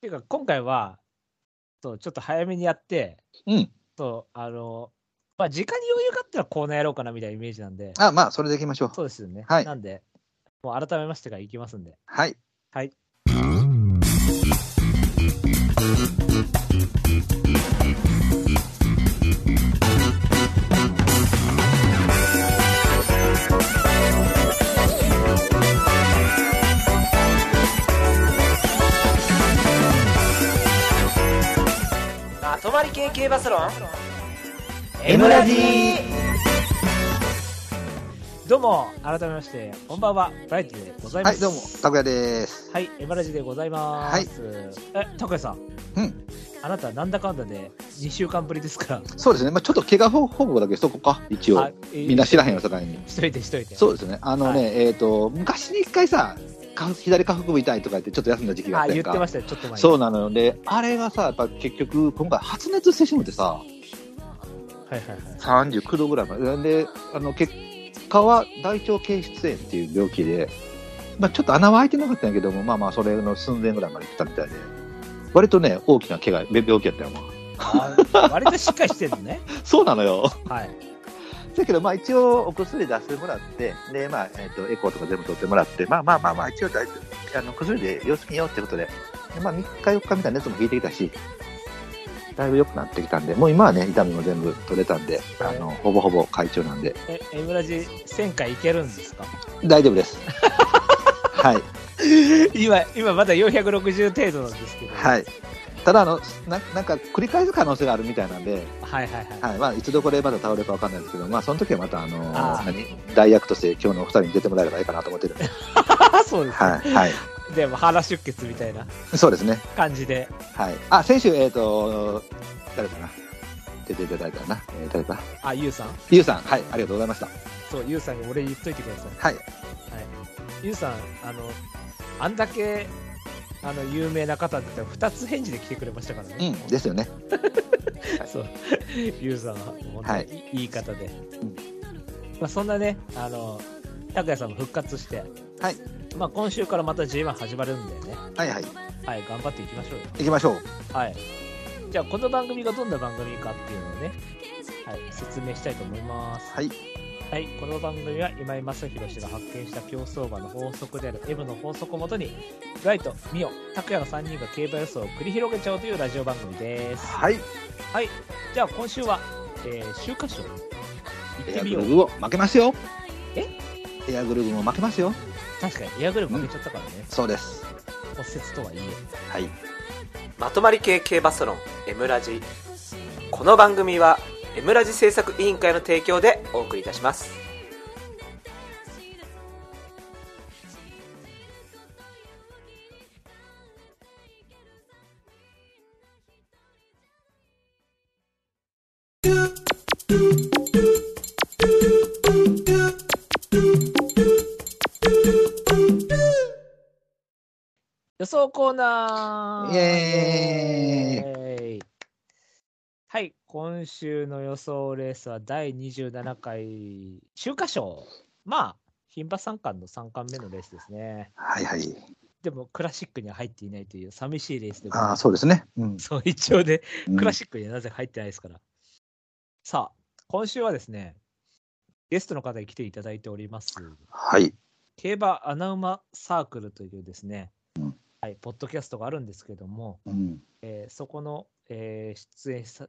ていうか、今回は、そう、ちょっと早めにやって、うん。そう、あの、まあ、時間に余裕があったらコーナーやろうかなみたいなイメージなんで、あ、まあ、それでいきましょう。そうですよね。はいなんで、もう改めましてからいきますんで。はい。はい。まとまり系系バスロン M ラジどうも、改めまして、こんばんは、バラエティでございまはい、す。どうも、たくやです。はい、エマラジでございます。はい、え、高橋さん。うん。あなた、なんだかんだで、2週間ぶりですから。そうですね。まあ、ちょっと怪我報告だけしとこうか、一あ応。、えーみんな知らへんよ、境に。しといて、しといて。そうですね。あのね、えっ、と、昔に一回さ、下腹左下腹部痛いとか言って、ちょっと休んだ時期がああ、った言やんってまか。したよ、ちょっと前に。そうなのよ。で、あれがさ、やっぱ結局、今回発熱してしもてさ、はいはいはい。 39度ぐらいまで。で、あの、結果は大腸憩室炎っていう病気で、まあ、ちょっと穴は開いてなかったんやけども、まあまあ、それの寸前ぐらいまで来たみたいで、割とね、大きな怪我、べ病気やったよ、もう。あ割としっかりしてるのね。そうなのよ。はい。 だけど、まあ一応お薬出してもらって、で、まあ、えっ、と、エコーとか全部取ってもらって、まあまあまあまあ、一応大丈夫。あの、薬で様子見ようってことで、でまあ3日4日みたいな熱も引いてきたし、だいぶ良くなってきたんで、もう今はね、痛みも全部取れたんで、あの、ほぼほぼ快調なんで、え、エムラジ1000回いけるんですか大丈夫 です。はい、今、今まだ460程度なんですけど。はい。ただ、あの、ななんか繰り返す可能性があるみたいなんで、はいはいはい。はい、まあ、いつどこでまだ倒れるかわかんないですけど、まあ、その時はまた、あのあー何代役として今日のお二人に出てもらえればいいかなと思ってる んで、あ、そうです。はい、はい。でも、腹出血みたいなそうですね。感じで。はい。あ、先週、えっ、と、誰かな。出ていただいたかな。えー誰だ。あ、ゆうさんゆうさん、はい、ありがとうございました。そう、ゆうさんに俺言っといてください。はい。ゆうさん、あの、あんだけ、あの、有名な方だったら、2つ返事で来てくれましたからうね。ん、ですよね。 そう。ゆうさんは、本は当いにいい方で。んまあ、そんなね、あの、拓也さんも復活して、はい。まあ、今週からまた G1 始まるんだよね。はいはい。はい、頑張っていきましょうよ。行きましょう。はい。じゃあ、この番組がどんな番組かっていうのをね、はい、説明したいと思います。はい。はい、この番組は今井正弘氏が発見した競走馬の法則である M の法則をもとに、ライト、ミオ、拓也の3人が競馬予想を繰り広げちゃおうというラジオ番組です。はい。じゃあ今週は、えー、週刊賞、行っエてアグみルよう。ーヴを負けますよ。えエアグルーヴも負けますよ。確かに、エアグループ負けちゃったからね、そうです。骨折とはいえ。はい。まとまり系系バスロン M ラジこの番組は M ラジ制作委員会の提供でお送りいたします予想コーナーイエイエーイはい、今週の予想レースは第27回週刊賞。まあ、牝馬三冠の3冠目のレースですね。はいはい。でも、クラシックには入っていないという寂しいレースでございああ、ます。そうですね。うん。そう、一応ね、うんクラシックにはなぜか入ってないですから。さあ、今週はですね、ゲストの方に来ていただいております。はい。競馬アナウマサークルというですね、うんはい、ポッドキャストがあるんですけども、うん。えーそこの、えー出演さ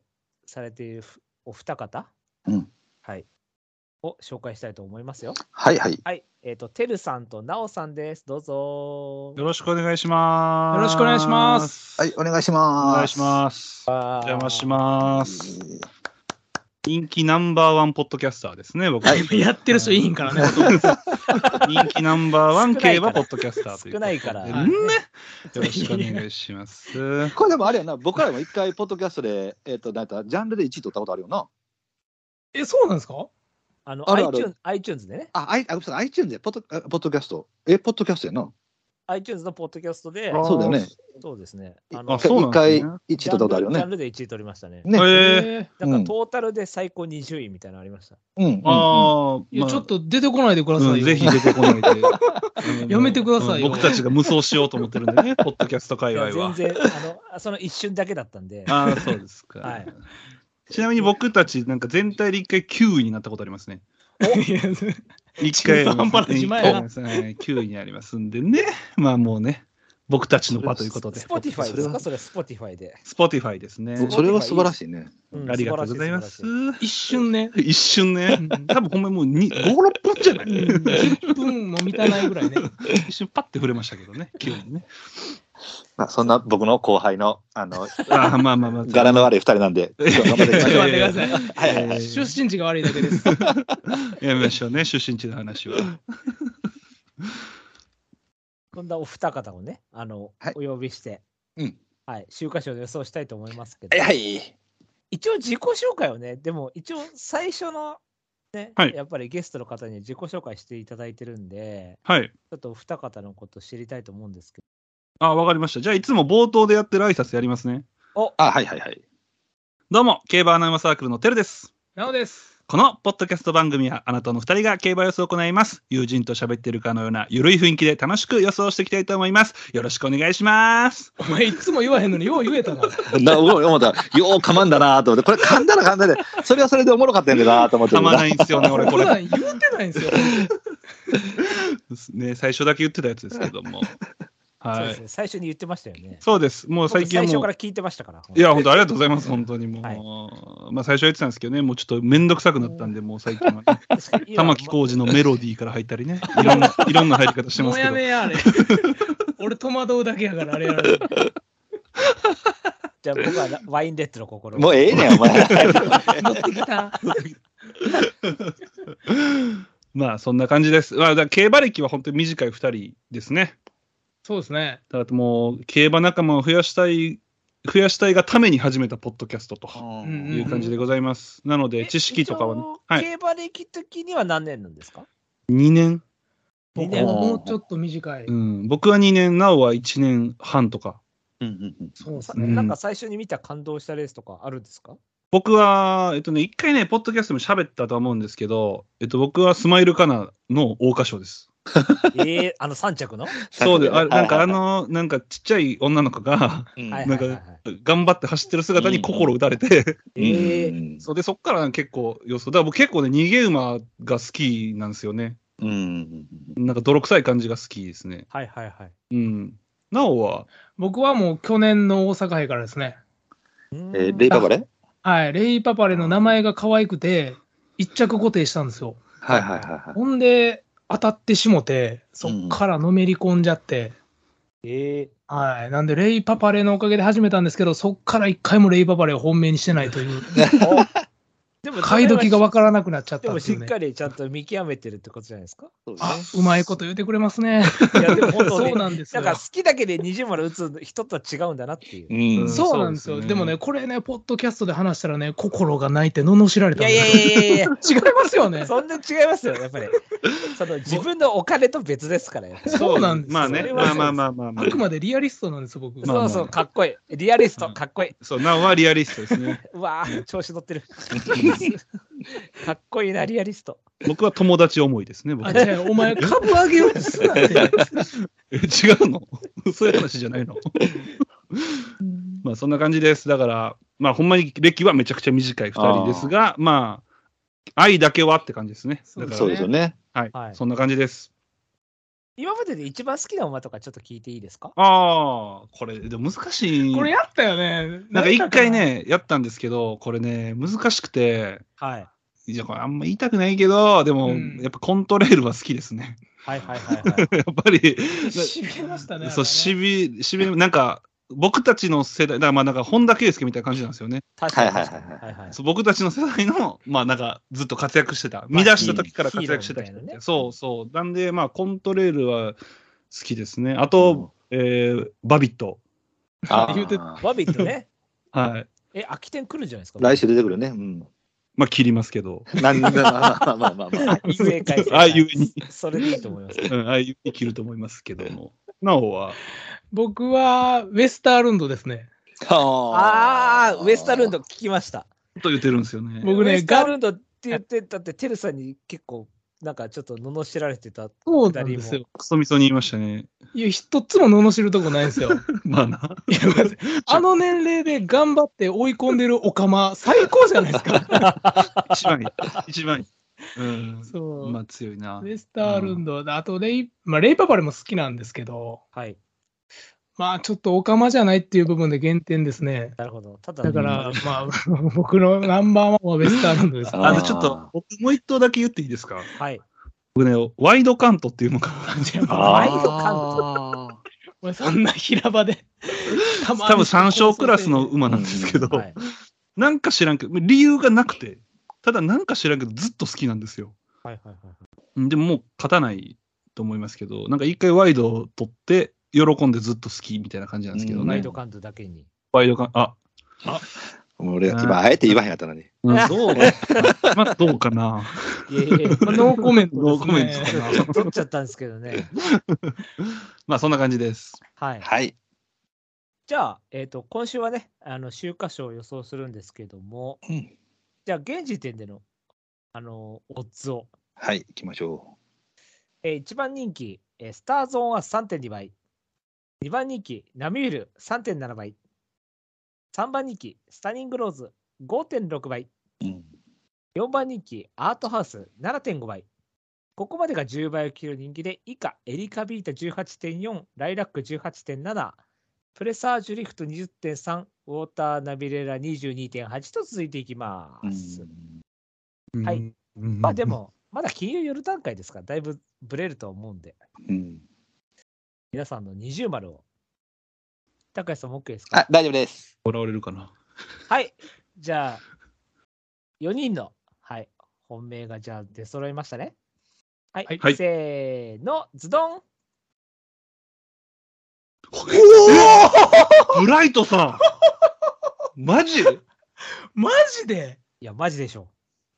されているふお二方、うんはい、を紹介したいと思いますよ。はいはい。はい、えっ、と、てるさんとなおさんです。どうぞ。よろしくお願いします。よろしくお願いします。はい、お願いしおます。願いします。おお邪魔します。す。人気ナンバーワンポッドキャスターですね、僕。人やってる人いいんからね。気ナンバーワン少ない競から馬ポッドキャスターという少ないから。うんね。よろしくお願いします。これでもあれやな、僕らも一回、ポッドキャストで、えっ、と、なんやったジャンルで1位取ったことあるよな。え、そうなんですか あのあるある iTunes, iTunes でね。あ、アイあ、そう iTunes でポッド、あポッドキャスト。え、ポッドキャストやな。 iTunes のポッドキャストであ、ーそうだよね。そうですね。ああの、そうなん一ですね回、一位取ったことあるよジャねン。ルで1位取りましたね。ね。ええだからうんトータルで最高20位みたいなのありました。うんうんうん。ああ、ーいや、まあちょっと出てこないでくださういんよ。ぜひ出てこないで。うん やめてくださいようん僕たちが無双しようと思ってるん でね、ポッドキャスト界い隈やは全。然、あの、その一瞬だけだったんで。ああ、そうですか。はいちなみに僕たち、なんか全体で一回9位になったことありますね。いや一回、中途半端な自慢やな9位にありますんでね。まあもうね、僕たちの場ということで。スポティファイですかそそれ、スポティファイで。れは Spotify ですね。それは素晴らしいね。うんありがとうございま。す素晴らし。一瞬ね。一瞬ね。多分ほんまにもうに5、6分じゃない10分も満たないぐらいね。一瞬パッて触れましたけどね、急にね。まあ、そんな僕の後輩の、あ の、ああ、まあまあまあ。柄の悪い二人なんで、今日は 頑張っていきましょういやいやいやはいはいはい。出身地が悪いだけです。やめましょうね、出身地の話は。いこんなお二方をね、あのはい、お呼びしてうん。はい、週刊賞で予想したいと思いますけどはい。はい。一応自己紹介をね、でも一応最初のね、はいやっぱりゲストの方に自己紹介していただいてるんで、はい。ちょっとお二方のこと知りたいと思うんですけあ、わかりました。じゃあ、いつも冒頭でやってる挨拶やりますね。あ、はいはいはい。どうも、競馬アナウンサークルのてるです。なのです。このポッドキャスト番組は、あなたの2人が競馬予想を行います。友人と喋ってるかのような、ゆるい雰囲気で楽しく予想していきたいと思います。よろしくお願いします。お前いつも言わへんのによう言えたな。な、おい思った。よう噛まんだなと思って、これ噛んだら噛んだで、それはそれでおもろかったんだなと思って。たまないんですよね、俺、こ 普れ。段言うてないんですよ。ね、最初だけ言ってたやつですけども。ど、そうはですい。ね、最初に言ってましたよね。そうです。もう最僕近は最初もかうら。聞いてましたから。いや、本当ありがとうございます、本当にもう。はまあ、最初は言ってたんですけどね、もうちょっとめんどくさくなったんで、もう最近は、ね。確かに、玉置浩二のメロディーから入ったりね、いろんな、いろんな入り方してもまうすけやど。めや、あれ。俺戸惑うだけやから、あれやられるじゃあ僕はワインレッドの心を。 もうええねん、お前。乗ってきた。まあ、そんな感じです。まあ、だから競馬歴は本当に短い2人ですね。そうですね。だからもう、競馬仲間を増やしたい、増やしたいがために始めたポッドキャストとんいう感じでございます。なので、知識とかはね一応、はい、競馬歴的には何年なんですか2年。二僕年はもうちょっと短い。うん、僕は2年、なおは1年半とか。うんうんうんそうですさね。うんなんか最初に見た感動したレースとかあるんですか僕は、えっとね、一回ね、ポッドキャストでも喋ったとは思うんですけど、えっと、僕はスマイルカナの桜花賞です。ええあの3着のはそうで、あなんかはあいはいの、なんかちっちゃい女の子が、いはいははいいなんはかい。頑張って走ってる姿に心打たれて、ええうんそうで、そっから結構予想。だから僕結構ね、逃げ馬が好きなんですよね。うんうんなんか泥臭い感じが好きですね。はいはいはい。うん。なおは、僕はもう去年の大阪杯からですね。うんえーレイババレはい。レイ・パパレの名前が可愛くて、一着固定したんですよ。はいはいはいはい。ほんで、当たってしもて、そっからのめり込んじゃって、ええはい。なんで、レイ・パパレのおかげで始めたんですけど、そっから一回もレイ・パパレを本命にしてな いという、でも買い時が分からなくなっちゃっでたもってしいっうね。かりちゃんと見極めてるってことじゃないですか。あ、うまいこと言ってくれますね。いやでも本当 そねうなんですなよん。か好きだけで20丸打つ人とは違うんだなっていう。んうんそうなんですそうよ。ですねでもね、これね、ポッドキャストで話したらね、心が泣いて罵られいやたのいやいやいやい違いますよねや、。そんな違いますよ、やっぱり。その自分のお金と別ですから、やっぱりそうなんですよまあね、それはそまあうまあまあまあまあ。あくまでリアリストなんです、僕。まあまあそうそう、かっこいい。リアリスト、うんかっこいい。そう、なおはリアリストで すね。うわー調子乗ってる。かっこいいな、リアリスト。僕は友達思いですね、僕あ、は。違う、お前、株上げようとすなって。え違うの そういう話じゃないのまあそんな感じです。だから、まあほんまに歴はめちゃくちゃ短い2人ですが、まあ、愛だけはって感じですね。だから、そうですよね。はい、はいそんな感じです。今までで一番好きな馬とかちょっと聞いていいですかああ、これ、でも難しい。これやったよね。なんか一回。ね、やったんですけど、これね、難しくて、はい。いや、これあんま言いたくないけど、でも、うんやっぱコントレールは好きですね。 はいはいはいはい。やっぱり、しびれましたね。そう、しびび、しび、なんか、僕たちの世代、だからまあなんか、本田圭佑みたいな感じなんですよね。確かにはい確はかいに。はいはいはい。そう僕たちの世代の、まあなんか、ずっと活躍してた。見出した時から活躍してたヒ人ーローみたいなねそうそう。なんで、まあ、コントレールは好きですね。あと、えーバビット。あ言うてーバビットね。はい。え、秋天来るんじゃないですか来週出てくるね。うん。まあ、切りますけど。なんで、まあまあまあまあまあ。正解正解ああいうにそれでいいと思います。うん、ああいうに切ると思いますけども。なおは、僕は、ウェスタールンドですね。 ああ、ウエスタルンド聞きました。と言ってるんですよね。僕ねウエスタルンドって言ってたって、テルさんに結構、なんかちょっと罵られてた。そうなんですよ。クソみそに言いましたね。いや、一つも罵るとこないんです よ。まあな。いやごめんなさいあの年齢で頑張って追い込んでるオカマ、最高じゃないですか。一番いい。一番いい。うん。 そう。まあ強いなウ。ェスタールンド、あとレイ、まあ、レイパパレも好きなんですけど、はい。まあちょっとオカマじゃないっていう部分で減点ですね。なるほど。ただ、だから、まあ、 僕のナンバーワンはウェスターランドです。あの、ちょっと、僕もう一頭だけ言っていいですかはい。僕ね、ワイドカントっていうのがあるんですよワイドドカ お前そんな平場で。多多分3勝クラスの馬なんですけど、はい、なんか知らんけど、理由がなくて、ただなんか知らんけど、ずっと好きなんですよ。はい、はいはい。うんでももう勝たないと思いますけど、なんか一回ワイドを取って、喜んでずっと好きみたいな感じなんですけどうんワね。イドカントだけに。ワイドカン、あ、俺、今、あえて言わへんやったのに。うんどうかなまあ、どうかな。いえい え、まあノーコメントノーコメンでトすかね。な。取っちゃったんですけどね。まあ、そんな感じです。はい。はい。じゃあ、えっ、と、今週はね、あの、週刊賞を予想するんですけども、うんじゃあ、現時点での、あの、オッズを。はい、行きましょえー、1番人気、えースターゾーンは3.2倍。2番人気、ナミュール3.7倍。3番人気、スタニングローズ5.6倍。う。うん。 4番人気、アートハウス7.5倍。ここまでが10倍を切る人気で、以下、エリカビータ18.4、ライラック18.7、プレサージュリフト20.3、ウォーターナビレラ22.8と続いていきます。はいうん。まあでも、まだ金融夜段階ですから、だいぶブレると思うんで、うん。皆さんの二重丸を。高橋さん、も OK ですあか、大丈夫です。笑われるかな。はい。じゃあ、4人の、はい、本命がじゃあ出揃いましたね。はい。はいせーの、ズドンブライトさんマジマジでいや、マジでしょ。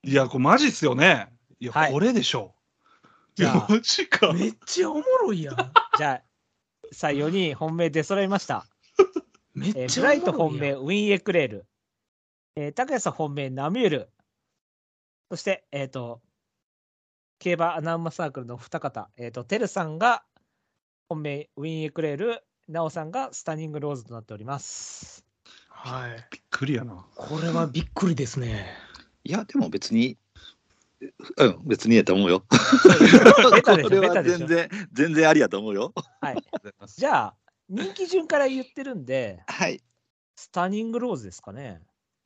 いや、これマジっすよね。いや、はいこれでしょ。いじゃやあ、マジか。めっちゃおもろいやん。じゃあ、さあ、4人本命出揃いました。めえっーちブゃライおトもろ本いや命、ん。ウィン・エクレール。えー、高谷さん本命、ナミュール。そして、えっ、と、競馬アナウンサークルのお二方、えっ、と、テルさんが本命、ウィン・エクレール、ナオさんがスタニング・ローズとなっており ます。はい。びっくりやな。これはびっくりですね。いや、でも別に、うん、別にやと思うよ。ベタでしこれょ、ベはタでし全ょ。然、全然ありやと思うよ。じゃあ、人気順から言ってるんで、はい。スタニング・ローズですかね。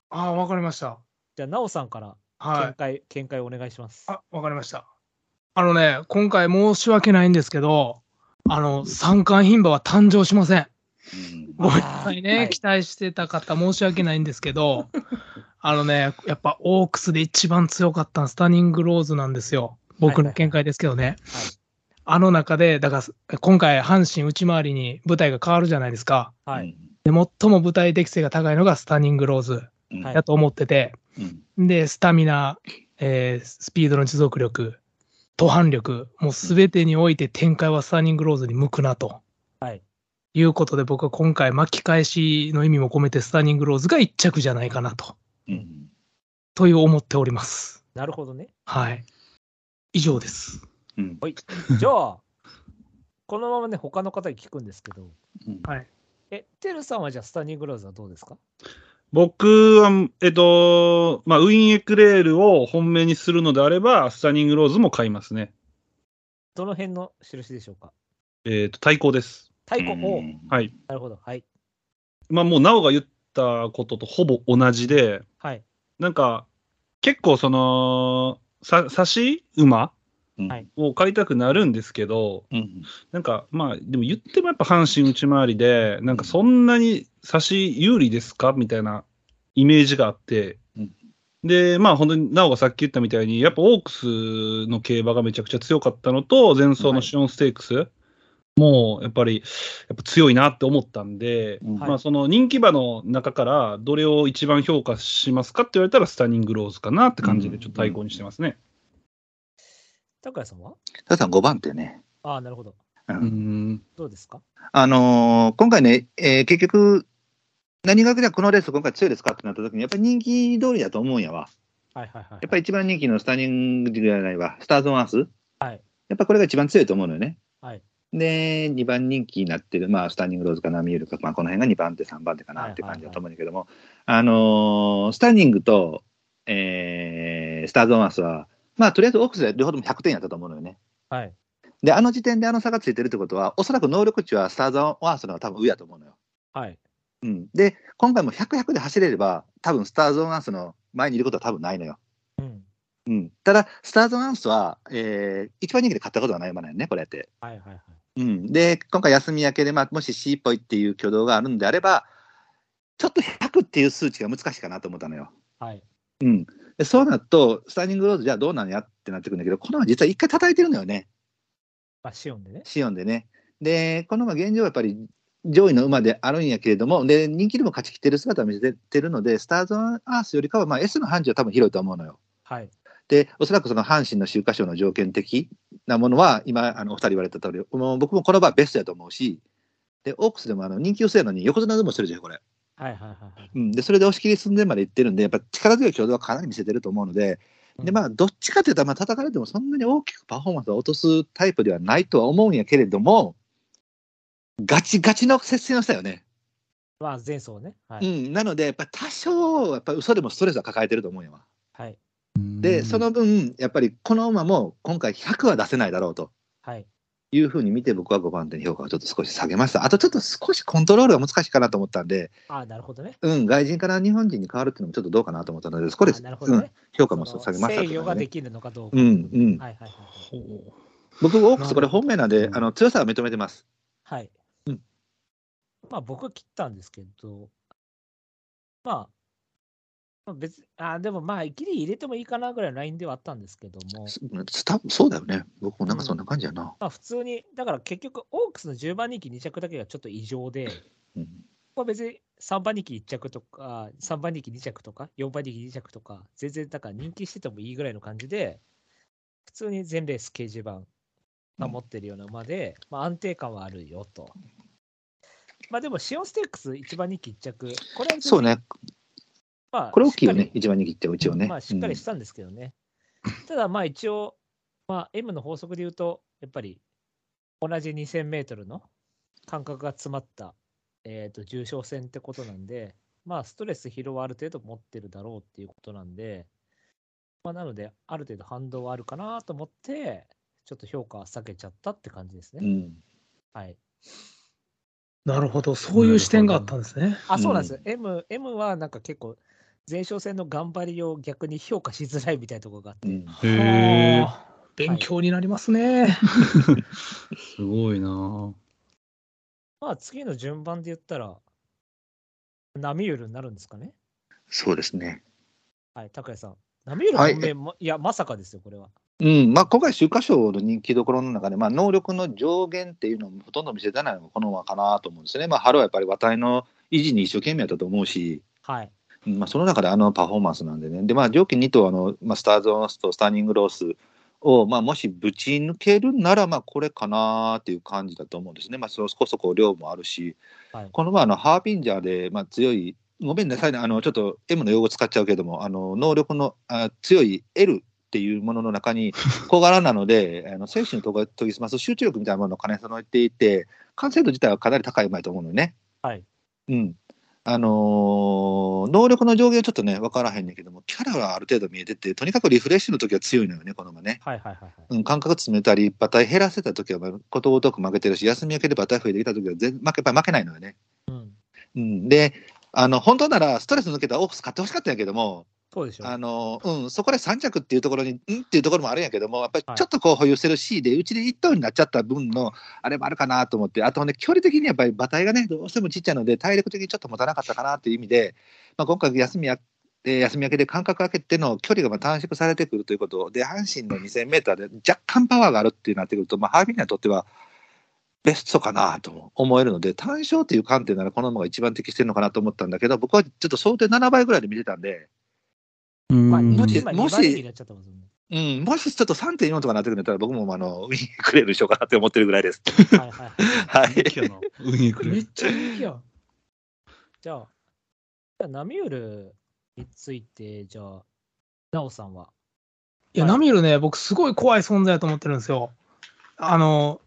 ああ、わかりました。じゃあ、ナオさんからは見い。解、見解をお願いします。あ、わかりました。あのね、今回申し訳ないんですけど、あの、三冠牝馬は誕生しません。うんごめんなさいね、はい期待してた方、申し訳ないんですけ ど、あのね、やっぱオークスで一番強かったのはスタニングローズなんですよ。僕の見解ですけどね。はいあの中で、だから今回、阪神内回りに舞台が変わるじゃないですか。はい。で最も舞台適性が高いのがスタニングローズうん。はいだと思ってて、うんで、スタミナ、えースピードの持続力、途半力、もうすべてにおいて展開はスターニングローズに向くなと。はい。いうことで僕は今回巻き返しの意味も込めてスターニングローズが一着じゃないかなと、うんという思っております。なるほどね。はい。以上です。うんじゃあ、このままね、他の方に聞くんですけど、うんはい。え、てるさんはじゃあ、スタニングローズはどうですか僕は、えっと、まあ、ウィンエクレールを本命にするのであれば、スタニングローズも買いますね。どの辺の印でしょうかえっと、対抗です。太鼓、おううんはい。なるほど。はい。まあ、もう、なおが言ったこととほぼ同じで、はい。なんか、結構その、さ、差し馬うんはいを買いたくなるんですけど、うんなんか、まあ、でも言ってもやっぱ阪神内回りで、なんかそんなに差し有利ですかみたいなイメージがあって、うんで、まあ本当に、なおがさっき言ったみたいに、やっぱオークスの競馬がめちゃくちゃ強かったのと、前走のシオンステークス、もうやっぱり、やっぱ強いなって思ったんで、うんはいまあその人気馬の中から、どれを一番評価しますかって言われたら、スタニングローズかなって感じで、ちょっと対抗にしてますね。高谷さんはたださん5番手ね、ああ、なるほど。うん。どうですかあのー今回ね、えー結局、何がじゃあこのレース今回強いですかってなった時に、やっぱり人気通りだと思うんやわ。はいはいはい。やっぱり一番人気のスターニングじゃないわ、スターズ・オン・アース。はいやっぱこれが一番強いと思うのよね。はいで、2番人気になってる、まあ、スターニング・ローズかな、ミュールか、まあ、この辺が2番手、3番手かなって感じだと思うんだけども、あのースターニングと、えースターズ・オン・アースは、まあ、とりあえずオークスで両方とも100点やったと思うのよね。はい。で、あの時点であの差がついてるってことは、おそらく能力値はスターズ・オン・アースの方が多分上やと思うのよ。はい。うん、で、今回も100、100で走れれば、多分スターズ・オン・アースの前にいることは多分ないのよ。うん。うん、ただ、スターズ・オン・アースは、えー一番人気で買ったことはないまだよね、これやって。はいはいはい。うん、で、今回休み明けで、まあ、もし C っぽいっていう挙動があるんであれば、ちょっと100っていう数値が難しいかなと思ったのよ。はい。でそうなると、スターニング・ローズじゃあどうなんやってなってくるんだけど、この馬実は一回叩いてるのよね、まあ、シオンでね。シオンでね。で、この馬現状はやっぱり上位の馬であるんやけれども、で、人気でも勝ちきってる姿を見せてるので、スターズ・オン・アースよりかは、まあ、S の範疇は多分広いと思うのよ。はい。で、おそらくその阪神の秋華賞の条件的なものは、今、あのお二人言われた通り、もう僕もこの場はベストやと思うし、で、オークスでもあの人気薄いのに横綱でもしてるじゃん、これ。はいはいはいはい。うん、で、それで押し切り寸前までいってるんで、やっぱ力強い強度はかなり見せてると思うので、で、まあ、どっちかというと、まあ、叩かれてもそんなに大きくパフォーマンスを落とすタイプではないとは思うんやけれども、ガチガチの接戦をしたよね。まあ、前走ね。はうい。ん、なので、やっぱ多少、やっぱ嘘でもストレスは抱えてると思うんやわ。はい。で、その分、やっぱりこの馬も今回100は出せないだろうと。はい。いうふうに見て、僕は5番手に評価をちょっと少し下げました。あとちょっと少しコントロールが難しいかなと思ったんで、ああ、なるほどね。うん、外人から日本人に変わるっていうのもちょっとどうかなと思ったので、そこであす、なるほうどんね。、評価そもの下げましたと制い御うのがでねできるのかどうか。うんうん。はいはいはい。ほ僕、オークスこれなるほど本命なんで、あの強さは認めてます。はい。うんまあ僕は切ったんですけど、まあ、まあ、別に、あでもまあ、ギリ入れてもいいかなぐらいのラインではあったんですけども、す多分そうだよね。僕もなんかそんな感じやな。まあ普通に、だから結局、オークスの10番人気2着だけがちょっと異常で、 うんここは別に3番人気1着とか、3番人気2着とか、4番人気2着とか、全然だから人気しててもいいぐらいの感じで、普通に全レース掲示板が持ってるような馬で、まあ、安定感はあるよと。まあでも、シオンステークス1番人気1着、これは別にそう、ね、まあ、これ大きいよしっねか、り一番人気って、一応ね。まあ、しっかりうんしたんですけどね。ただ、まあ一応、まあ、M の法則で言うと、やっぱり同じ2000メートルの間隔が詰まった、えー、と重症戦ってことなんで、まあ、ストレス疲労はある程度持ってるだろうっていうことなんで、まあ、なので、ある程度反動はあるかなと思って、ちょっと評価は下げちゃったって感じですうね。んはい。うなるほど、そういう視点があったんですね。あ、そうなんです。M、M はなんか結構、前哨戦の頑張りを逆に評価しづらいみたいなところがあってう、んへえはあ勉強になりますね。すごいなまあ次の順番で言ったら、ナミュールになるんですかねそうですね。はい、拓也さん。ナミュールはい本命、もいや、まさかですよ、これは。うんまあ、今回、秋華賞の人気どころの中で、まあ、能力の上限っていうのをほとんど見せてないのがこの馬かなと思うんですね。まあ、春はやっぱり話題の維持に一生懸命やったと思うし、はい。うんまあ、その中であのパフォーマンスなんでね、でまあ、上記2頭あの、まあ、スターズ・オンスとスターニング・ロースを、まあ、もしぶち抜けるなら、まあ、これかなっていう感じだと思うんですね。まあ、そこそこ量もあるし、はいこの馬あのハービンジャーで、まあ、強い、ごめんなさいね、あのちょっと M の用語使っちゃうけども、あの能力のあ強い L っていうものの中 に小柄なので、あの精神を研ぎ澄ます集中力みたいなものを兼ね備えていて、完成度自体はかなり高い馬やと思うのよね。はいうんあのー能力の上限はちょっとね、分からへんねんけども、キャラはある程度見えてて、とにかくリフレッシュの時は強いのよね、この馬ね。はいはいはいはい。うん、間隔詰めたり、馬体減らせた時はことごとく負けてるし、休み明けで馬体増えてきた時は全負けやっぱり負けないのよね。うん。うん、で、あの本当ならストレス抜けたオークス買ってほしかったんやけども、そうでしょう。あのうん、そこで3着っていうところに、うんっていうところもあるんやけども、やっぱりはいちょっとこう保有してる C で、うちで1頭になっちゃった分のあれもあるかなと思って、あとね、距離的にやっぱり馬体がね、どうしてもちっちゃいので、体力的にちょっと持たなかったかなという意味で、まあ、今回休みや、えー休み明けで間隔空けての距離がまあ短縮されてくるということで、阪神の2000メーターで若干パワーがあるっていうなってくると、まあ、ハービンにとっては、ベストかなと思えるので、単勝という観点ならこの馬が一番適してるのかなと思ったんだけど、僕はちょっと想定7倍ぐらいで見てたんで、うまあ、んもし今、今もし2番人気になっちゃったもんね。うん、もしちょっと3.4とかなってくるんだったら、僕もあの、ウィンクレールしようかなって思ってるぐらいです。 はい はい。は人い。気やな。運営くれ めるっ。ちゃ人気や。じゃあ、じゃあ、ナミュールについて、じゃあ、ナオさんは。いや、はいナミルね、僕すごい怖い存在だと思ってるんですよ。あの、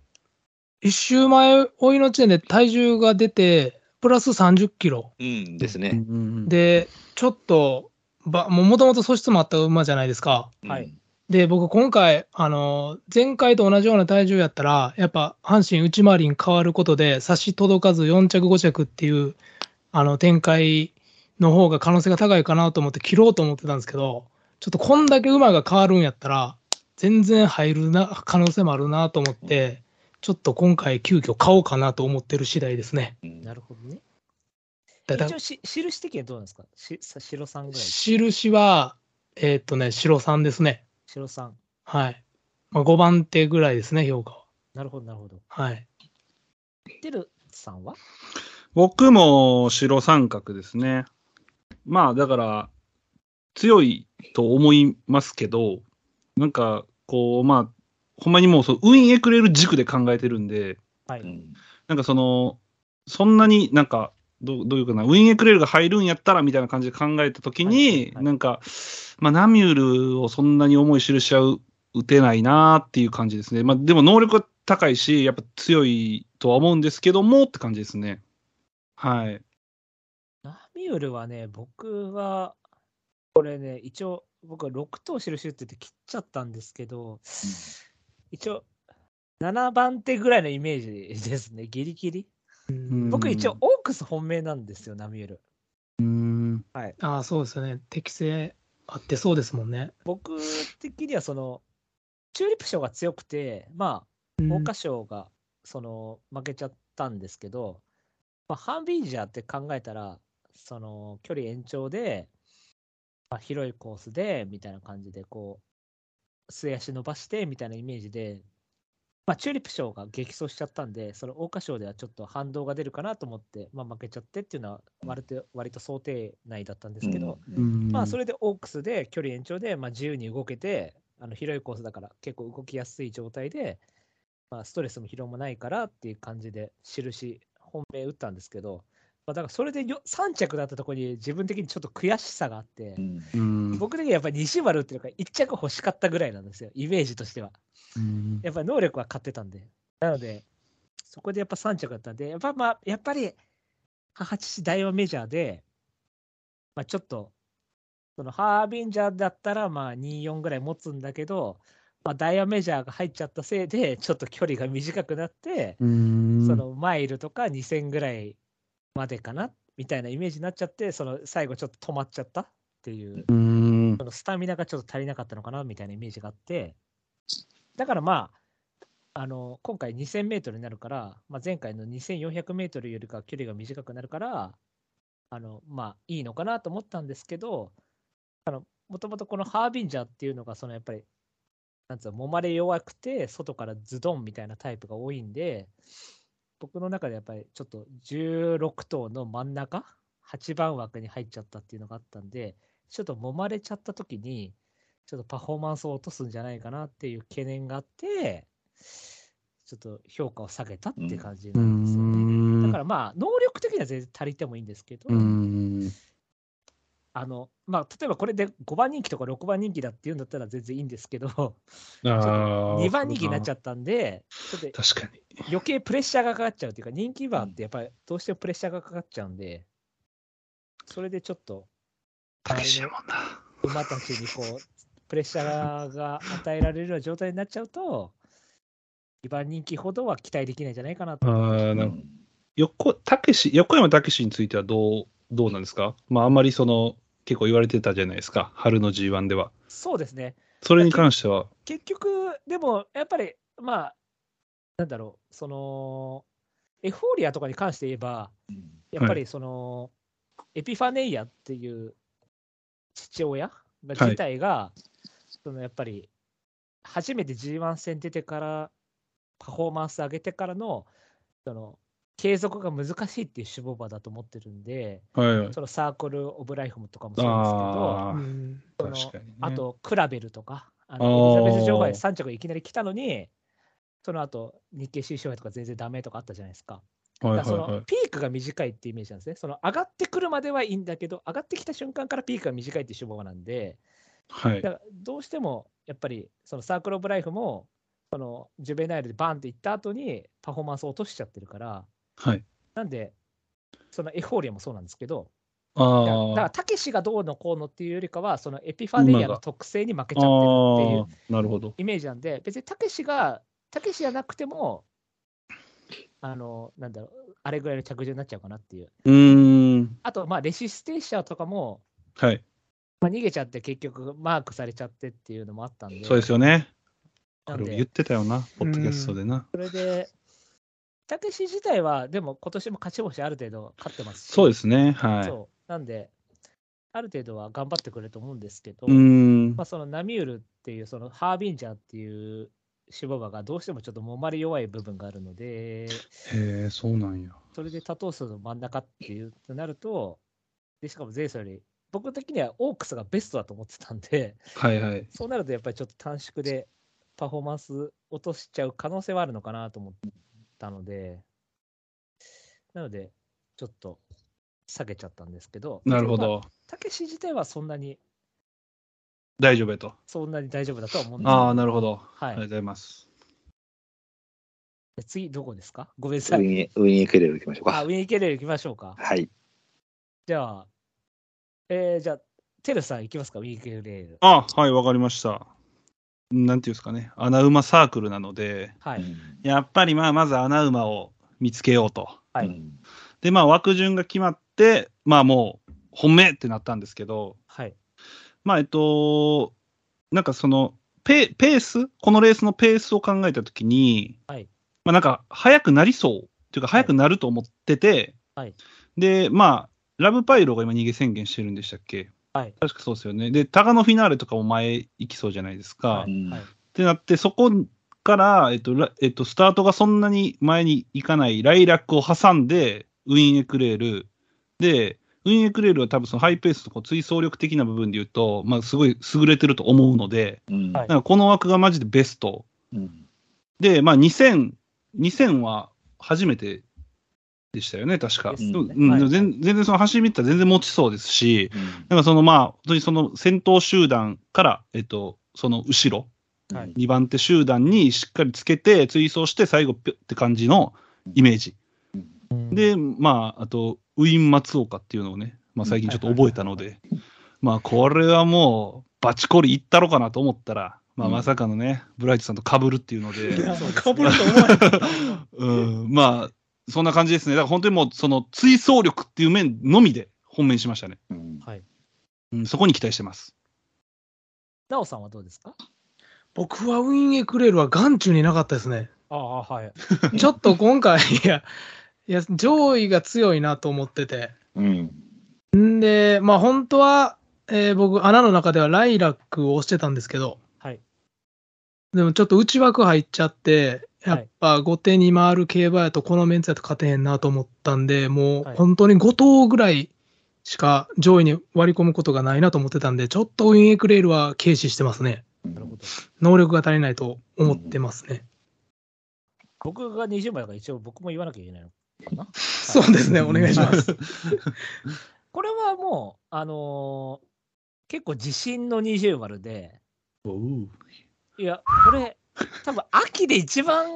一周前、おいの地点で体重が出て、プラス30キロ。うんですうんね。うんうんで、ちょっと、ばもともと素質もあった馬じゃないですか。はいで、僕今回、あの、前回と同じような体重やったら、やっぱ阪神内回りに変わることで、差し届かず4着5着っていう、あの、展開の方が可能性が高いかなと思って切ろうと思ってたんですけど、ちょっとこんだけ馬が変わるんやったら、全然入るな、可能性もあるなと思って、ちょっと今回急遽買おうかなと思ってる次第ですね。うんなるほどね。だだ一応し、印的にはどうなんですかしさ白さんぐらい。印は、えーっとね、白さんですね。白さん。はい。まあ、5番手ぐらいですね、評価は。なるほど、なるほど。はい。てるさんは僕も白三角ですね。まあだから、強いと思いますけど、なんかこう、まあ、ほんまにもうそう、運営くれる軸で考えてるんで、はうい。んなんかその、そんなになんか、どうどういうかな、ウィンエクレールが入るんやったらみたいな感じで考えたときに、はいはいはいなんか、まあ、ナミュールをそんなに思い知るしちゃう、打てないなっていう感じですね。まあ、でも能力は高いし、やっぱ強いとは思うんですけどもって感じですね。はい。ナミュールはね、僕は、これね、一応、僕は6頭印打ってて切っちゃったんですけど、一応、7番手ぐらいのイメージですね、ギリギリ。うん僕、一応、、オークス本命なんですよ、ナミュール。うん。ああ、そうですよね。適性あってそうですもんね。僕的にはそのチューリップ賞が強くてまあうん桜花賞がその負けちゃったんですけど、まあ、ハンビージャーって考えたらその距離延長で、まあ、広いコースでみたいな感じでこう末足伸ばしてみたいなイメージで、まあ、チューリップ賞が激走しちゃったんでその桜花賞ではちょっと反動が出るかなと思って、まあ、負けちゃってっていうのは割と割と想定内だったんですけど、まあ、それ、れでオークスで距離延長で、まあ、自由に動けて、あの広いコースだから結構動きやすい状態で、まあ、ストレスも疲労もないからっていう感じで、印、本命打ったんですけど、まあ、だからそれでよ3着だったところに自分的にちょっと悔しさがあってう、んうん、僕的にはやっぱり西丸打っていうから1着欲しかったぐらいなんですよ、イメージとしては。うんやっぱり能力は買ってたんで。なので、そこでやっぱ3着だったんで、やっぱまあ、やっぱり、母父大和メジャーで、まあちょっと、そのハービンジャーだったらまあ2、4ぐらい持つんだけど、まあ大和メジャーが入っちゃったせいで、ちょっと距離が短くなって、うんそのマイルとか2000ぐらいまでかな、みたいなイメージになっちゃって、その最後ちょっと止まっちゃったっていう。うんそのスタミナがちょっと足りなかったのかなみたいなイメージがあって、だからまあ、あの今回2000メートルになるから、まあ、前回の2400メートルよりか距離が短くなるから、あのまあいいのかなと思ったんですけど、もともとこのハービンジャーっていうのが、そのやっぱり、なんつうの、揉まれ弱くて、外からズドンみたいなタイプが多いんで、僕の中でやっぱりちょっと16頭の真ん中、8番枠に入っちゃったっていうのがあったんで、ちょっと揉まれちゃった時に、ちょっとパフォーマンスを落とすんじゃないかなっていう懸念があって、ちょっと評価を下げたっていう感じうなんですよね。んだからまあ、能力的には全然足りてもいいんですけど、うんあのまあ、例えばこれで5番人気とか6番人気だっていうんだったら全然いいんですけど、 あ2番人気になっちゃっったんで、ちょっと確かに。余計プレッシャーがかかっちゃうというか、人気馬ってやっぱりどうしてもプレッシャーがかかっちゃうんで、それでちょっとたけしやもんな。馬たちにこう、プレッシャーが与えられるような状態になっちゃうと、2番人気ほどは期待できないんじゃないかなと。ああ、なんか、横、たけし、横山たけしについてはどう、どうなんですかまあ、あんまりその、結構言われてたじゃないですか。春の G1 では。そうですね。それに関しては、結局、でもやっぱり、まあ、なんだろう、その、エフフォーリアとかに関して言えば、やっぱりその、エピファネイアっていう父親がはい自体が、そのやっぱり初めて G1 戦出てからパフォーマンス上げてからのその継続が難しいっていう種牡馬だと思ってるんで、はいはい。そのサークル・オブ・ライフもとかもそうですけど、あうんあ、確かにね。あとクラベルとか、ああのーエリザベス女王が3着いきなり来たのに、その後日経新商杯とか全然ダメとかあったじゃないですか。はいだはからそいはのい。ピークが短いってイメージなんですね。その上がってくるまではいいんだけど、上がってきた瞬間からピークが短いっていう手法なんで、はいだからどうしてもやっぱりそのサークル・オブ・ライフも、そのジュベナイルでバンっていった後にパフォーマンスを落としちゃってるから、はい。なんで、そのエフフォーリアもそうなんですけど、だからだかあらたけしがどうのこうのっていうよりかは、そのエピファネリアの特性に負けちゃあ。あってるっていうあ。なるほど。イメージなんで、別にたけしが、たけしじゃなくても、あの、なんだろう、あれぐらいの着順になっちゃうかなっていう。うーん。あと、まあ、レシステンシャーとかも、はい。まあ、逃げちゃって、結局、マークされちゃってっていうのもあったんで、そうですよね。なこんれ言っで、てたよな、ポッドキャストでな。それで、たけし自体は、でも、今年も勝ち星ある程度勝ってますし、そうですね。はそうなんで、ある程度は頑張ってくれると思うんですけど、い。うーんまあ、。そのナミュールっていう、そのハービンジャーっていうシボバがどうしてもちょっと揉まれ弱い部分があるので、へえ、そうなんや。それで多頭数の真ん中っていうとなると、でしかも前走より、僕的にはオークスがベストだと思ってたんで、はいはい。そうなるとやっぱりちょっと短縮でパフォーマンス落としちゃう可能性はあるのかなと思ったので、なので、ちょっと下げちゃったんですけど、なるほまあ。ど。たけし自体はそんなに、大丈夫やと。そんなに大丈夫だとは思うんですけどああ、なるほど。あはりがとういご。ざいます。で次、どこですかごめんな上さい。に、上に行ければ行きましょうあ、か。ウィン・ケレル行きましょうか。はい。じゃあ、えー、じゃあ、テルさん行きますか、ウィン・ケレル。あはい、わかりました。なんていうんですかね。穴馬サークルなので、はい。やっぱりまあ、まず穴馬を見つけようと。はうい。んで、まあ、枠順が決まって、まあ、もう、本命ってなったんですけど、はい。まあ、えっと、なんかその、ペペースこのレースのペースを考えたときに、はいまあ、なんか、速くなりそうというか、速くなると思ってて、はいで、まあ、ラブパイロが今逃げ宣言してるんでしたっけはい確かそうですよね。で、タガノフィナーレとかも前行きそうじゃないですか。はういんはいってなって、そこから、えっと、ラえっと、スタートがそんなに前に行かないライラックを挟んで、ウィーンエクレール。で、ウィーンエクレールは多分そのハイペースとこう追走力的な部分で言うと、まあ、すごい優れてると思うので、うんはいなんかこの枠がマジでベスト。うんで、まあ、2000、2000は初めてでしたよね、確か。ですねうんうんはいでも全全然その走り見たら全然持ちそうですし、うんなんかそのまあ、本当にその先頭集団から、えっと、その後ろ、はい2番手集団にしっかりつけて、追走して、最後、ぴょって感じのイメージ。で、まあ、あと、ウィン・松岡っていうのをね、まあ、最近ちょっと覚えたので、まあ、これはもう、バチコリいったろかなと思ったら、まあ、うんまさかのね、ブライトさんと被るっていうのいやで、 かぶると思わなかったうん、まあ、そんな感じですね。だから本当にもう、その、追走力っていう面のみで、本命にしましたね。うんはい。うん、そこに期待してます。なおさんはどうですか僕はウィン・エクレールは眼中になかったですね。ああ、はい。ちょっと今回、いや、いや、上位が強いなと思ってて。うんんで、まあ本当は、えー僕、穴の中ではライラックを押してたんですけど、はい。でもちょっと内枠入っちゃって、はやいっぱ後手に回る競馬やとこのメンツやと勝てへんなと思ったんで、もうはい本当に5頭ぐらいしか上位に割り込むことがないなと思ってたんで、ちょっとウィンエクレールは軽視してますね。なるほど。能力が足りないと思ってますね。僕が20枚だから一応僕も言わなきゃいけないのかな。そうですね、お願いします。これはもう、あのー結構自信の20丸で、いや、これ、多分秋で一番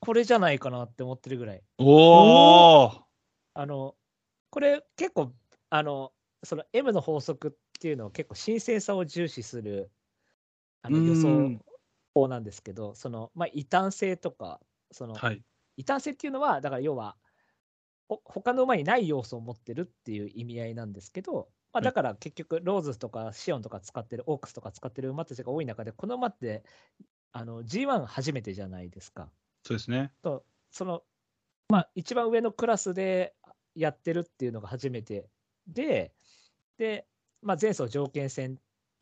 これじゃないかなって思ってるぐらい。おおあの、これ結構、あの、その M の法則っていうのを結構新鮮さを重視するあの予想法なんですけど、その、まあ、異端性とか、その、はい。異端性っていうのは、だから要は、ほ他の馬にない要素を持ってるっていう意味合いなんですけど、まあ、いだから結局、ローズとかシオンとか使ってる、オークスとか使ってる馬たちが多い中で、この馬ってあの G1 初めてじゃないですか。そうですね。その、まあ、一番上のクラスでやってるっていうのが初めてで、で、まあ、前走条件戦っ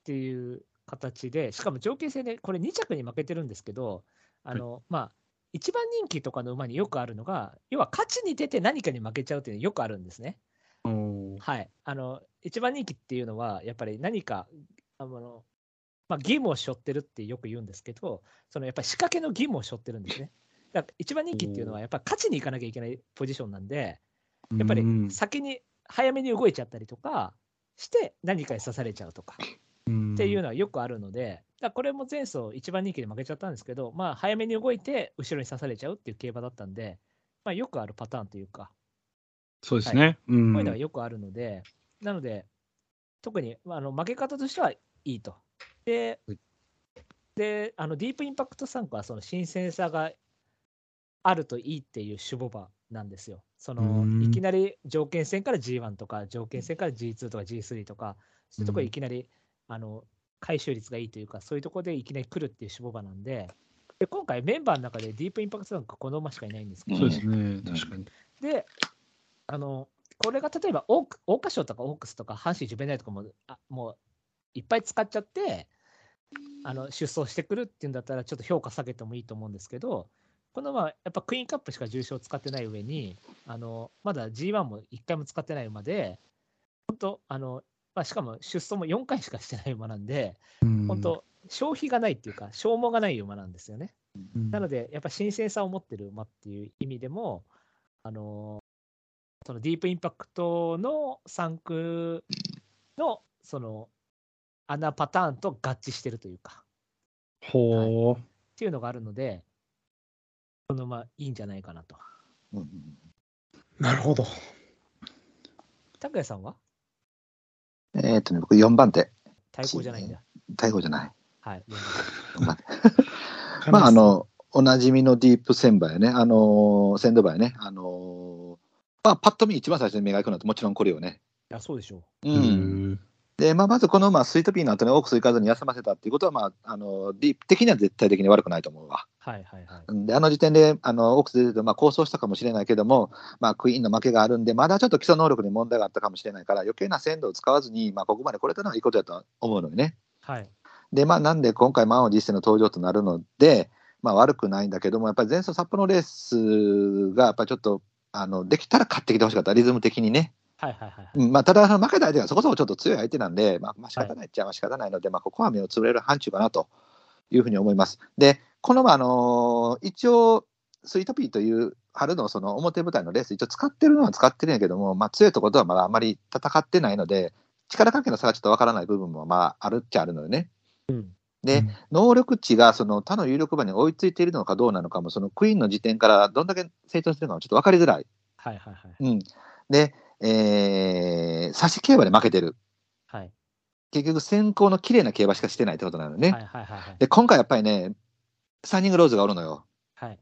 ていう形で、しかも条件戦で、これ2着に負けてるんですけど、あの、まあ、一番人気とかの馬によくあるのが、要は勝ちに出て何かに負けちゃうっていうのよくあるんですね。おーはい、あの一番人気っていうのは、やっぱり何かあのまあ、義務を背負ってるってよく言うんですけど、そのやっぱり仕掛けの義務を背負ってるんですね。だから一番人気っていうのは、やっぱ勝ちに行かなきゃいけないポジションなんで、やっぱりうん先に早めに動いちゃったりとかして、何かに刺されちゃうとかっていうのはよくあるので、だからこれも前走、一番人気で負けちゃったんですけど、まあ、早めに動いて、後ろに刺されちゃうっていう競馬だったんで、まあ、よくあるパターンというか、そうですね。うこういうのはん。よくあるので、なので、特にまああの負け方としてはいいと。ではい、であのディープインパクト参加はその新鮮さがあるといいっていう守護場なんですよ。そのうんいきなり条件戦から G1 とか、条件戦から G2 とか G3 とか、そういうところいきなり、あの回収率がいいというか、そういうところでいきなり来るっていう守護場なんで、で今回、メンバーの中でディープインパクト参加、この馬しかいないんですけど、そうですね。確かに。で、あの、これが例えばオーク、桜花賞とかオークスとか阪神ジュベナイルとかも、あもういっぱい使っちゃって、あの出走してくるっていうんだったら、ちょっと評価下げてもいいと思うんですけど、このままやっぱクイーンカップしか重賞使ってない上に、あのまだ G1 も1回も使ってない馬で、本当、あのまあ、しかも出走も4回しかしてない馬なんで、本当、消費がないっていうか、消耗がない馬なんですよね。うん。なので、やっぱ新鮮さを持ってる馬っていう意味でも、あのーそのディープインパクトの3区のその穴パターンと合致してるというか、ほっていうのがあるので、このまあいいんじゃないかなと。うんうんなるほど。拓也さんはうんえっ、とね、僕4番手、対抗じゃないんだ。逮捕じゃない。はい。 4番手まあ、あの、おなじみのディープ千葉やね、あのー、千度馬やね、あのーまあ、パッと見一番最初に目がいくのはもちろんこれよね。いや、そうでしょう。うう。うん。で、まあ、まずこの、まあ、スイートピーの後に多くスイカずに休ませたっていうことは、まあ、あの、ディープ的には絶対的に悪くないと思うわ。はいはいはい。うんで、あの時点で、あの、オークスで言うと、まあ、構想したかもしれないけども、まあ、クイーンの負けがあるんで、まだちょっと基礎能力に問題があったかもしれないから、余計な鮮度を使わずに、まあ、ここまで来れたのはいいことだと思うのよね。はい。で、まあ、なんで今回、満を持しての登場となるので、まあ、悪くないんだけども、やっぱり前走札幌のレースが、やっぱりちょっと、あの、できたら勝ってきてほしかった、リズム的にね。はいはいはいはい。うんまあ、ただ、その負けた相手がそこそこちょっと強い相手なんで、まあ、まあ仕方ないっちゃまあ仕方ないので、まあ、ここは目をつぶれる範疇かなというふうに思います。で、この、まああのー一応、スイートピーという春のその表舞台のレース、一応使ってるのは使ってるんやけども、まあ、強いところとはまだあまり戦ってないので、力関係の差がちょっとわからない部分もまああるっちゃあるのよね。で、能力値がその他の有力馬に追いついているのかどうなのかも、そのクイーンの時点からどんだけ成長してるのかもちょっと分かりづらい。はいはいはい。うん、で、えー、差し競馬で負けてる。はい結局先行の綺麗な競馬しかしてないってことなのね、はいはいはいはい。で今回やっぱりねサイニングローズがおるのよはい。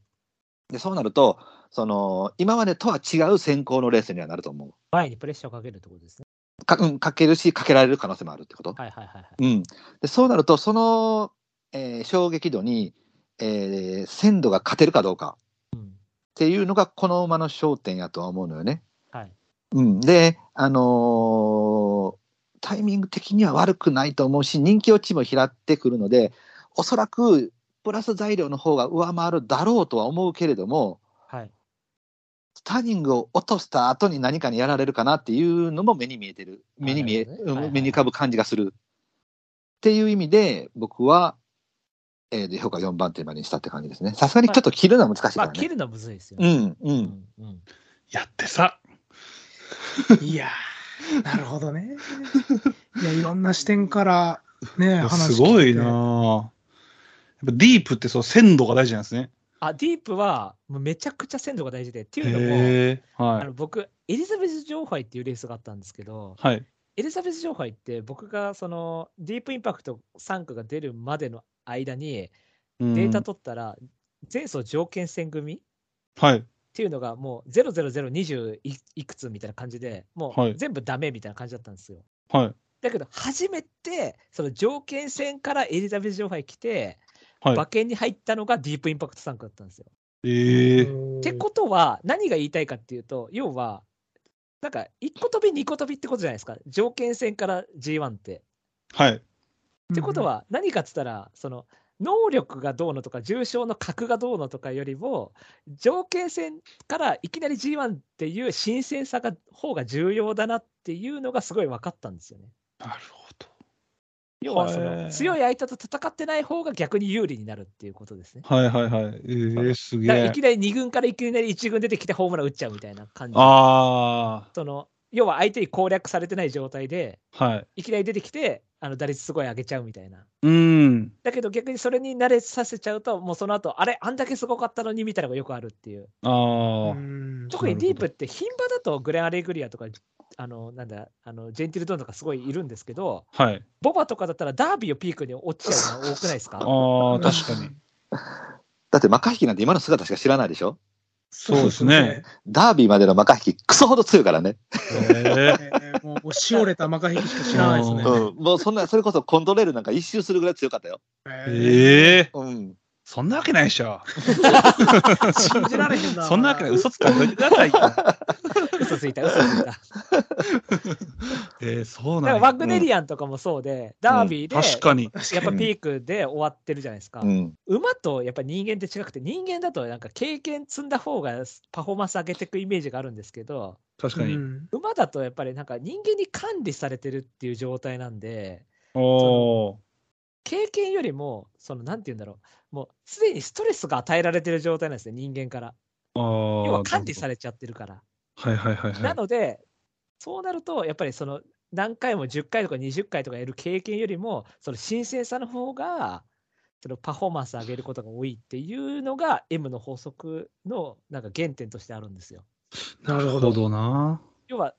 でそうなるとその今までとは違う先行のレースにはなると思う前にプレッシャーをかけるってことですね。か,、うん、かけるしかけられる可能性もあるってこと、はいはいはいはい。うん、でそうなるとその、えー衝撃度に、えー鮮度が勝てるかどうかうん。っていうのがこの馬の焦点やとは思うのよねはい。うん、で、あのータイミング的には悪くないと思うし、人気落ちも拾ってくるので、おそらくプラス材料の方が上回るだろうとは思うけれども、はい。スターニングを落とした後に何かにやられるかなっていうのも目に見えてる、目に見え、なるほどねはいはい目に浮かぶ感じがする。っていう意味で、僕は、えー評価4番手までにしたって感じですね。さすがにちょっと切るのは難しいまかあ、ら切ね。るのはむずいですよ。うん、う。うんん。うん。やってさ。 いやー、なるほどね。 いや、いろんな視点からね、話すごいな聞てぁやっぱディープってそう、鮮度が大事なんですね。あ、ディープは、もうめちゃくちゃ鮮度が大事で、っていうのも、へえ。あはい。の僕、エリザベス女王杯っていうレースがあったんですけど、はい。エリザベス女王杯って、僕がそのディープインパクト3区が出るまでの間に、うんデータ取ったら、前走条件戦組っはい。ていうのが、もう00020いいくつみたいな感じで、もはうい全部ダメみたいな感じだったんですよ。はい。だけど、初めて、その条件戦からエリザベス女王杯来て、は馬券に入ったのがディープインパクト3区だったんですよ。い。ええ。ってことは、何が言いたいかっていうと、要は、なんか、1個飛び、2個飛びってことじゃないですか、条件戦から G1 って。はい。ってこと、は、何かっつったら、その、能力がどうのとか、重症の格がどうのとかよりも、条件戦からいきなり G1 っていう新鮮さが、方が重要だなっていうのがすごい分かったんですよね。なるほど。要はそへーの強い相手と戦ってない方が逆に有利になるっていうことですね。はいはいはい。えー、すげだからいえき。なり2軍からいきなり1軍出てきてホームラン打っちゃうみたいな感じ。あその要は相手に攻略されてない状態で、あ、はい。いきなり出てきて、あの打率すごい上げちゃうみたいな。うん。だけど逆にそれに慣れさせちゃうと、もうその後、あれ、あんだけすごかったのにみたいなのがよくあるっていう。ああ、うん特にディープって、牝馬だとグレン・アレグリアとか、あの、なんだ、あのジェンティル・ドーンとかすごいいるんですけど、はい。ボバとかだったらダービーをピークに落ちちゃうの多くないですかああ、確かに。だって、マカヒキなんて今の姿しか知らないでしょそうですね。ダービーまでのマカヒキ、クソほど強いからね。 ええーもう、おしおれたマカヒキしか知らないですね。うん。もうそんな、それこそコントレールなんか一周するぐらい強かったよ。ー、ええー、うん。そんなわけないでしょ。ー信じられへんな。そんなわけない。嘘つかんといてくださいよ。嘘ついた、嘘つ いた。えー、そうだかならんワや。グネリアンとかもそうで、ダービーで、確かに。やっぱピークで終わってるじゃないですか。うん。馬とやっぱ人間って違くて、人間だとなんか経験積んだ方がパフォーマンス上げていくイメージがあるんですけど、確うかに。ん馬だとやっぱりなんか人間に管理されてるっていう状態なんで、おお。経験よりも、そのなんて言うんだろう、もうすでにストレスが与えられてる状態なんですね、人間から。要要は管理されちゃってるから。はいはいはい はい。なので、そうなると、やっぱりその何回も10回とか20回とかやる経験よりも、その新鮮さの方が、そのパフォーマンス上げることが多いっていうのが M の法則のなんか原点としてあるんですよ。ななるほるほど。どな。要は、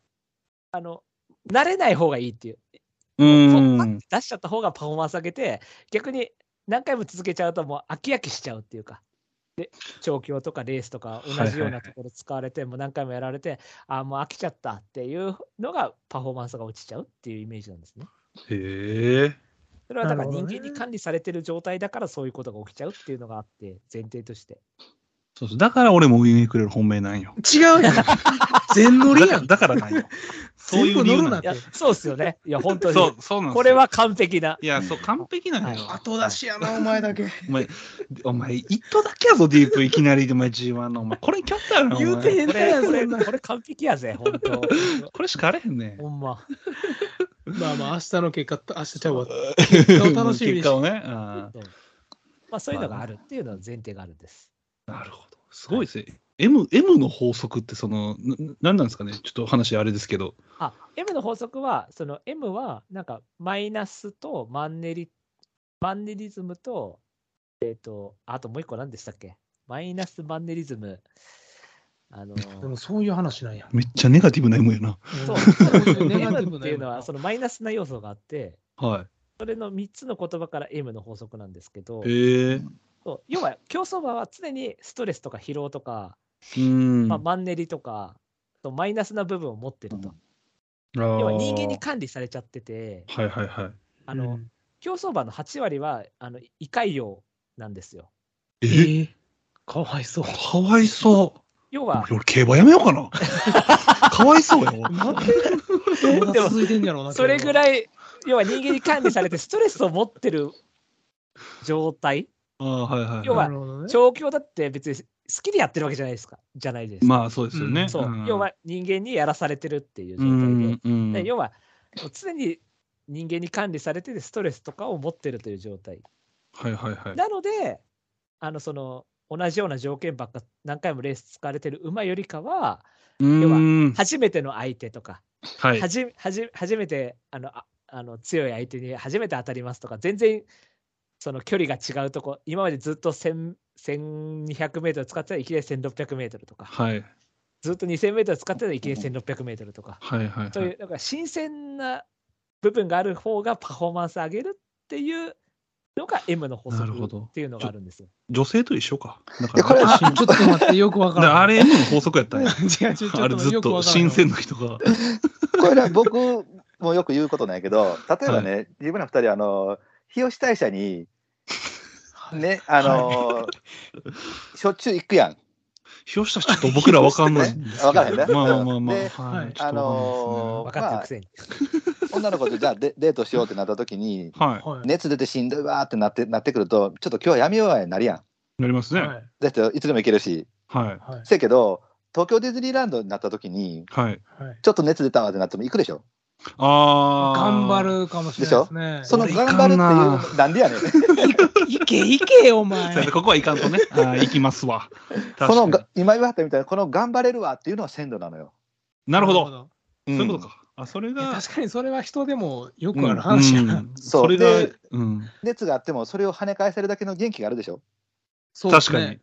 あの、慣れない方がいいっていう。うそうパッん。て出しちゃった方がパフォーマンス上げて、逆に何回も続けちゃうともう飽き飽きしちゃうっていうか。で、調教とかレースとか同じようなところ使われて、もう何回もやられて、あーもう飽きちゃったっていうのがパフォーマンスが落ちちゃうっていうイメージなんですね。へえ。それはだからなる人ほどね間に管理されてる状態だからそういうことが起きちゃうっていうのがあって、前提として。そうそう。だから俺もウィンウィンくれる本命なんよ。違うやん。全乗りだやか ん。だからなんよ。そういう全部理由乗るななんっいてや。、そうですよね。いや、本当に。そう、そうなんですよこれは。完璧な。いや、そう、完璧なんだよ。後出しやな、お前だけ。お前、お前、一頭だけやぞ、ディープ、いきなり、お前、G1 の。お前、これにキャッターな、お言うて前。へんこ変態やれ、んこそれ、んなこれ完璧やぜ、本 当。これしかあれへんね。ほんま。まあまあ、明日の結果、明日ちゃうわ。果を楽しみ 結にし果をね。あそうまあ、そういうのがあるっていうのは前提があるんです。ーなるほど。すごいですね。M、M の法則って、その、ななんなんですかね。ちょっと話あれですけど。あ、M の法則は、その M は、なんか、マイナスとマンネリ、マンネリズムと、えっ、と、あともう一個何でしたっけマイナスマンネリズム。あのーでもそういう話なんや。めっちゃネガティブな M やな。そう、ネガティ M ブっなていうのは、そののマイナスな要素があって、はそれの3つの言葉から M の法則なんですけどい。、へえ。そう要は競走馬は常にストレスとか疲労とか、うん。まあ、マンネリとか、そうマイナスな部分を持ってると。あー要は人間に管理されちゃってて、はいはいはい。あの、競走馬の8割はあの胃潰瘍なんですよ。ええーかわいそう。かわいそ要う。は、俺、競馬やめようか な。かわいそうよ。なんでまだ続いてんやろうな。それぐい。らい、要は人間に管理されてストレスを持ってる状態。ああ、はいはいはい。要はなるほどね調教だって別に好きでやってるわけじゃないですか。じゃないですか。まあ、そうですよね。うんそう、ん要は人間にやらされてるっていうう状態で、んうんで要はもう常に人間に管理されててストレスとかを持ってるという状態はいはいはい。なのであのその同じような条件ばっか何回もレース使われてる馬よりかはうー ん。初めての相手とか、はい。はじはじ初めてあのああの強い相手に初めて当たりますとか全然その距離が違うとこ今までずっと1000 1200m 使ってたらいきなり 1600m とかはい。ずっと 2000m 使ってたらいきなり 1600m とかはいはいそうはいい。う、なんか新鮮な部分がある方がパフォーマンス上げるっていうのが M の法則なるほどっていうのがあるんですよ。女性と一緒か。だかいやこれら、あしんちょっと待って、よくわだかからんらあ れ M の法則やったんや。違う違うちょっとあれずっよくわとからん新鮮な人が。これは僕もよく言うことなんやけ ど、例えばね、自分ら二人、あの、日吉大社に、ね、あの、しょっちゅう行くやん。ひょしたちょっと僕らわかんないんですけど。わかんないねまあまあまあまであ。はい。はいちょっあとの分わーかってるくせに。女の子とじゃあデデートしようってなった時に、かんないですね。ははい熱出てしんどいわーってなってなってくると、ちょっと今日はやめようやになるやん。い。なりますね。はいだっていつでも行けるし。はい。はいせやけど、東京ディズニーランドになった時に、はい。はいちょっと熱出たわってなっても行くでしょ。ああ。頑張。るかもしれないですね。その俺頑張るいっていう、なんでやねん。かんないけ いけよ、お前。先生、ここはいかんとね。あー行きますわ。こ確かのにが今言われたみたいな、この頑張れるわっていうのは鮮度なのよ。なるほど。ど。そういうことん。か。あ、それいやが。確かにそれは人でもよくあうんる話やな。うんそうそれがで、うん。熱があっても、それを跳ね返せるだけの元気があるでしょ。そうで確すかねに。。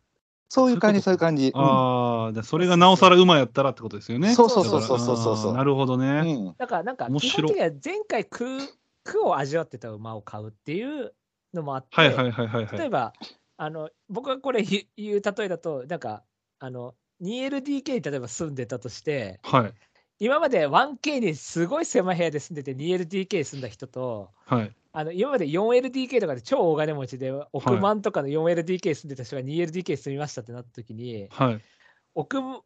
そういう感じ、そそういういう感じ。うんああ、だそれがなおさら馬やったらってことですよね。そうそうそうそうだそうからそうそうあーなるほどうね。んだからなんか面基白本的には前回空空を味わってた馬を買うっていうのもあって、はいはいはいはいはい。例えばあの僕がこれ言う言う例えだとなんかあの 2LDK に例えば住んでたとしてはい。今まで 1K にすごい狭い部屋で住んでて 2LDK に住んだ人とはい。あの今まで 4LDK とかで超大金持ちで億万とかの 4LDK に住んでた人が 2LDK に住みましたってなった時に、はい。億も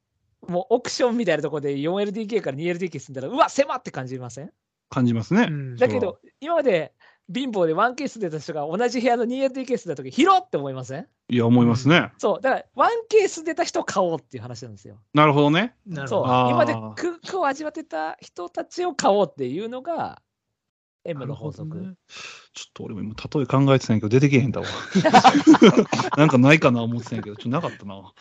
うオクションみたいなところで 4LDK から 2LDK 住んだらうわ狭って感じません感じますね。うんだけど、今まで貧乏で 1K 住んでた人が同じ部屋の 2LDK 住んだ時広って思いませんいや、思いますね。そう、だから 1K 住んでた人を買おうっていう話なんですよ。なるほどね。なるそう、ほど。あー今まで苦苦を味わってた人たちを買おうっていうのが M の法なるほど則ね。ちょっと俺も今、例え考えてたんやけど、出てけへんだわ。なんかないかな思ってたんやけど、ちょっとなかったな。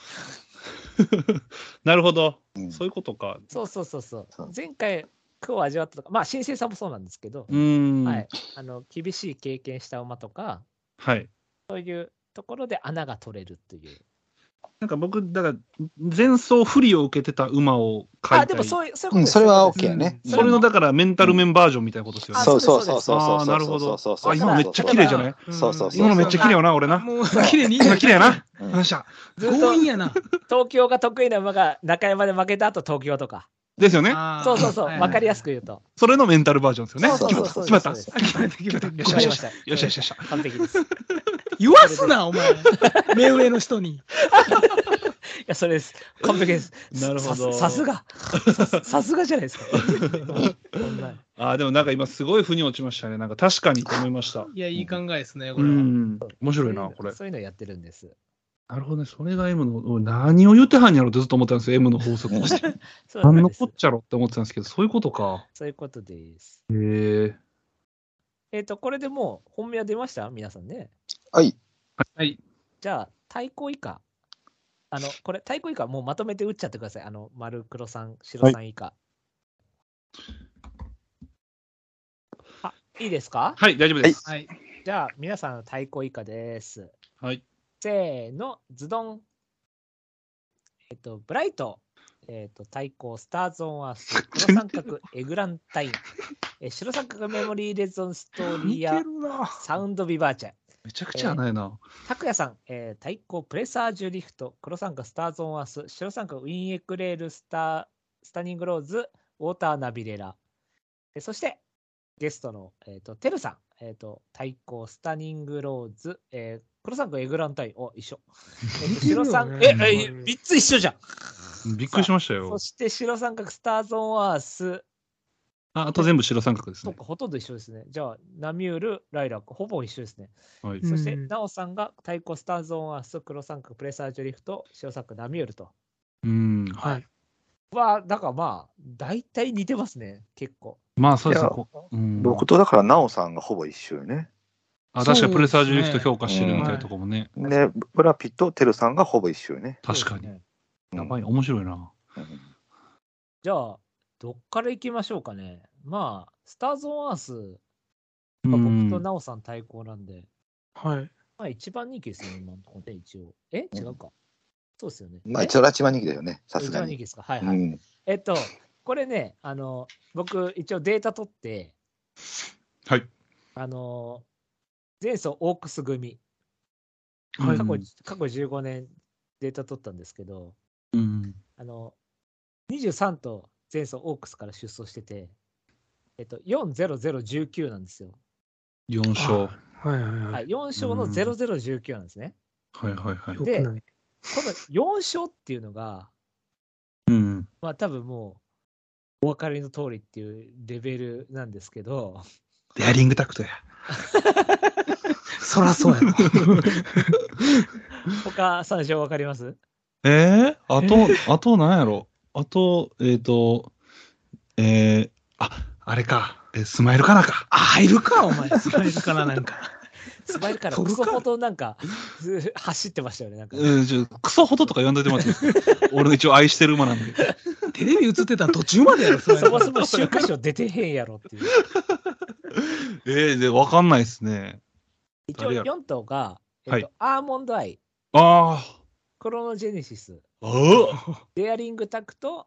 なるほど、うんそういうことか。そうそうそうそうそう。前回苦を味わったとか、まあ、新鮮さもそうなんですけどう、ーん。ははいい。、あの厳しい経験した馬とか、ところで穴が取れるっていう。なんか僕、だから、前走不利を受けてた馬を買いたい。あ、でもそういう、そういうことうでん、すそれはそう OK やね。うんそれの、だから、メンタル面バージョンみたいなことですよね。そうそうあそそううですそうそうあーそなうるそほうそうどそう。あ、今めっちゃ綺麗じゃないそうそうそう今のめっちゃ綺麗よよな、俺な。もう綺麗に。今綺麗やな。うんよっしゃ。ですずっ強と引やな。東京が得意な馬が中山で負けた後東京とか。ですよね。そうそうそう、わかりやすく。く言うと。それのメンタルバージョンですよね。そうそうそうそう決まった。そう決でまったあ決まった。決まった。わかよりしよましした。よしよしよし。完璧です。い言わすな、お前。目上の人に。や、それです。完璧です。 なるほどささすが。 ささすがじゃないですか。こんなああ、でもなんか今すごい腑に落ちましたね。なんか確かにと思いました。いや、いい考えですね、こうれは。ん。面白いな、これ。そういうのやってるんです。なるほどね。それが M の、俺何を言ってはんやろってずっと思ってたんですよ。M の法則。そうな何んのですこっちゃろって思ってたんですけど、そういうことか。そういうことです。へえ。えっ、と、これでもう本命は出ました皆さんね。はい。はい。じゃあ、太鼓以下。あの、これ、太鼓以下、もうまとめて打っちゃってください。あの、丸黒さん、白さん以下。あ、いいですかはい、大丈夫です。はい。じゃあ、皆さん、太鼓以下です。はい。せーの、ズドン。えっと、ブライト、えっと、対抗、スターズ・オン・アース、黒三角、エグランタイン、え白三角メモリー・レゾン・ストー似リてア、るな。サウンド・ビバーチェ、めちゃくちゃやないな。拓也さん、えー、対抗、プレサージュ・リフト、黒三角、スターズ・オン・アース、白三角、ウィン・エクレール、スター、スタニング・ローズ、ウォーター・ナビレラ。えそして、ゲストの、えっとテルさん、えっと対抗、スタニング・ローズ、えー、黒三角、エグランタイン、お、一緒。えっと白 三似角、てえるよね、え、3つ一緒じゃん。びっくりしましたよそ。して白三角、スターズ・オン・アース、ああと全部白三角ですそっね。か、ほとんど一緒ですね。じゃあ、ナミュール、ライラック、ほぼ一緒ですね。はい。うんそして、ナオさんが対抗、スターズ・オン・アース、黒三角、プレサージュリフト、白三角、ナミュールと。うん。はい。まあ、だからまあ、大体似てますね、結構。まあそうですね。いやこうん僕とだから、なおさんがほぼ一緒よね。あ、確かにプレサージュリフそうトですね評価してるみたいなとこもね。で、ブラピとテルさんがほぼ一緒よね。確かそうですに。ねうんやばい、面白いな。うんじゃあ、どっから行きましょうかね。まあ、スターズ・オン・アースうが僕んと。ナオさん対抗なんで、はい。まあ、一番人気ですよね、今のところね、一応。え違うか。そうですよね。まあ、え一応、ラチマ人気だよね、さす一が番人気に。ですか。はいうはい。ん。えっと、これね、あの、僕、一応データ取って、はい。あの、前走オークス組、過はい去,、過去15年データ取ったんですけど、うん。あの、23と前走オークスから出走してて、えっと、40019なんですよ。 4勝。はいはいは。はいい、4勝のうん0019なんですね。はいはいはい。でよくないこの4勝っていうのが、うん。まあ多分もう、お分かりの通りっていうレベルなんですけ ど、デアリングタ クトや。そらそうやな。他3勝分かりますえー、あと、あとなんやろあと、えっ、と、えー、あ、あれか。え、スマイルかなか。あ、入るか、おお前。前、スマイルからなんか。スマイルからそっクかソほどなんか、ず 走ってましたよね。なんか、うん、ちょ、クソほどとか呼んでてもらっていいです か俺の一応愛してる馬なんで。 テレビ映ってたら途中までやろ、スマイそルもからそも週刊誌出てへんやろっていう。えー、で、わかんないですね。一応誰や4頭が、えっとはいアーモンドアイ、あクロノジェネシス、あ。あデアリングタクト、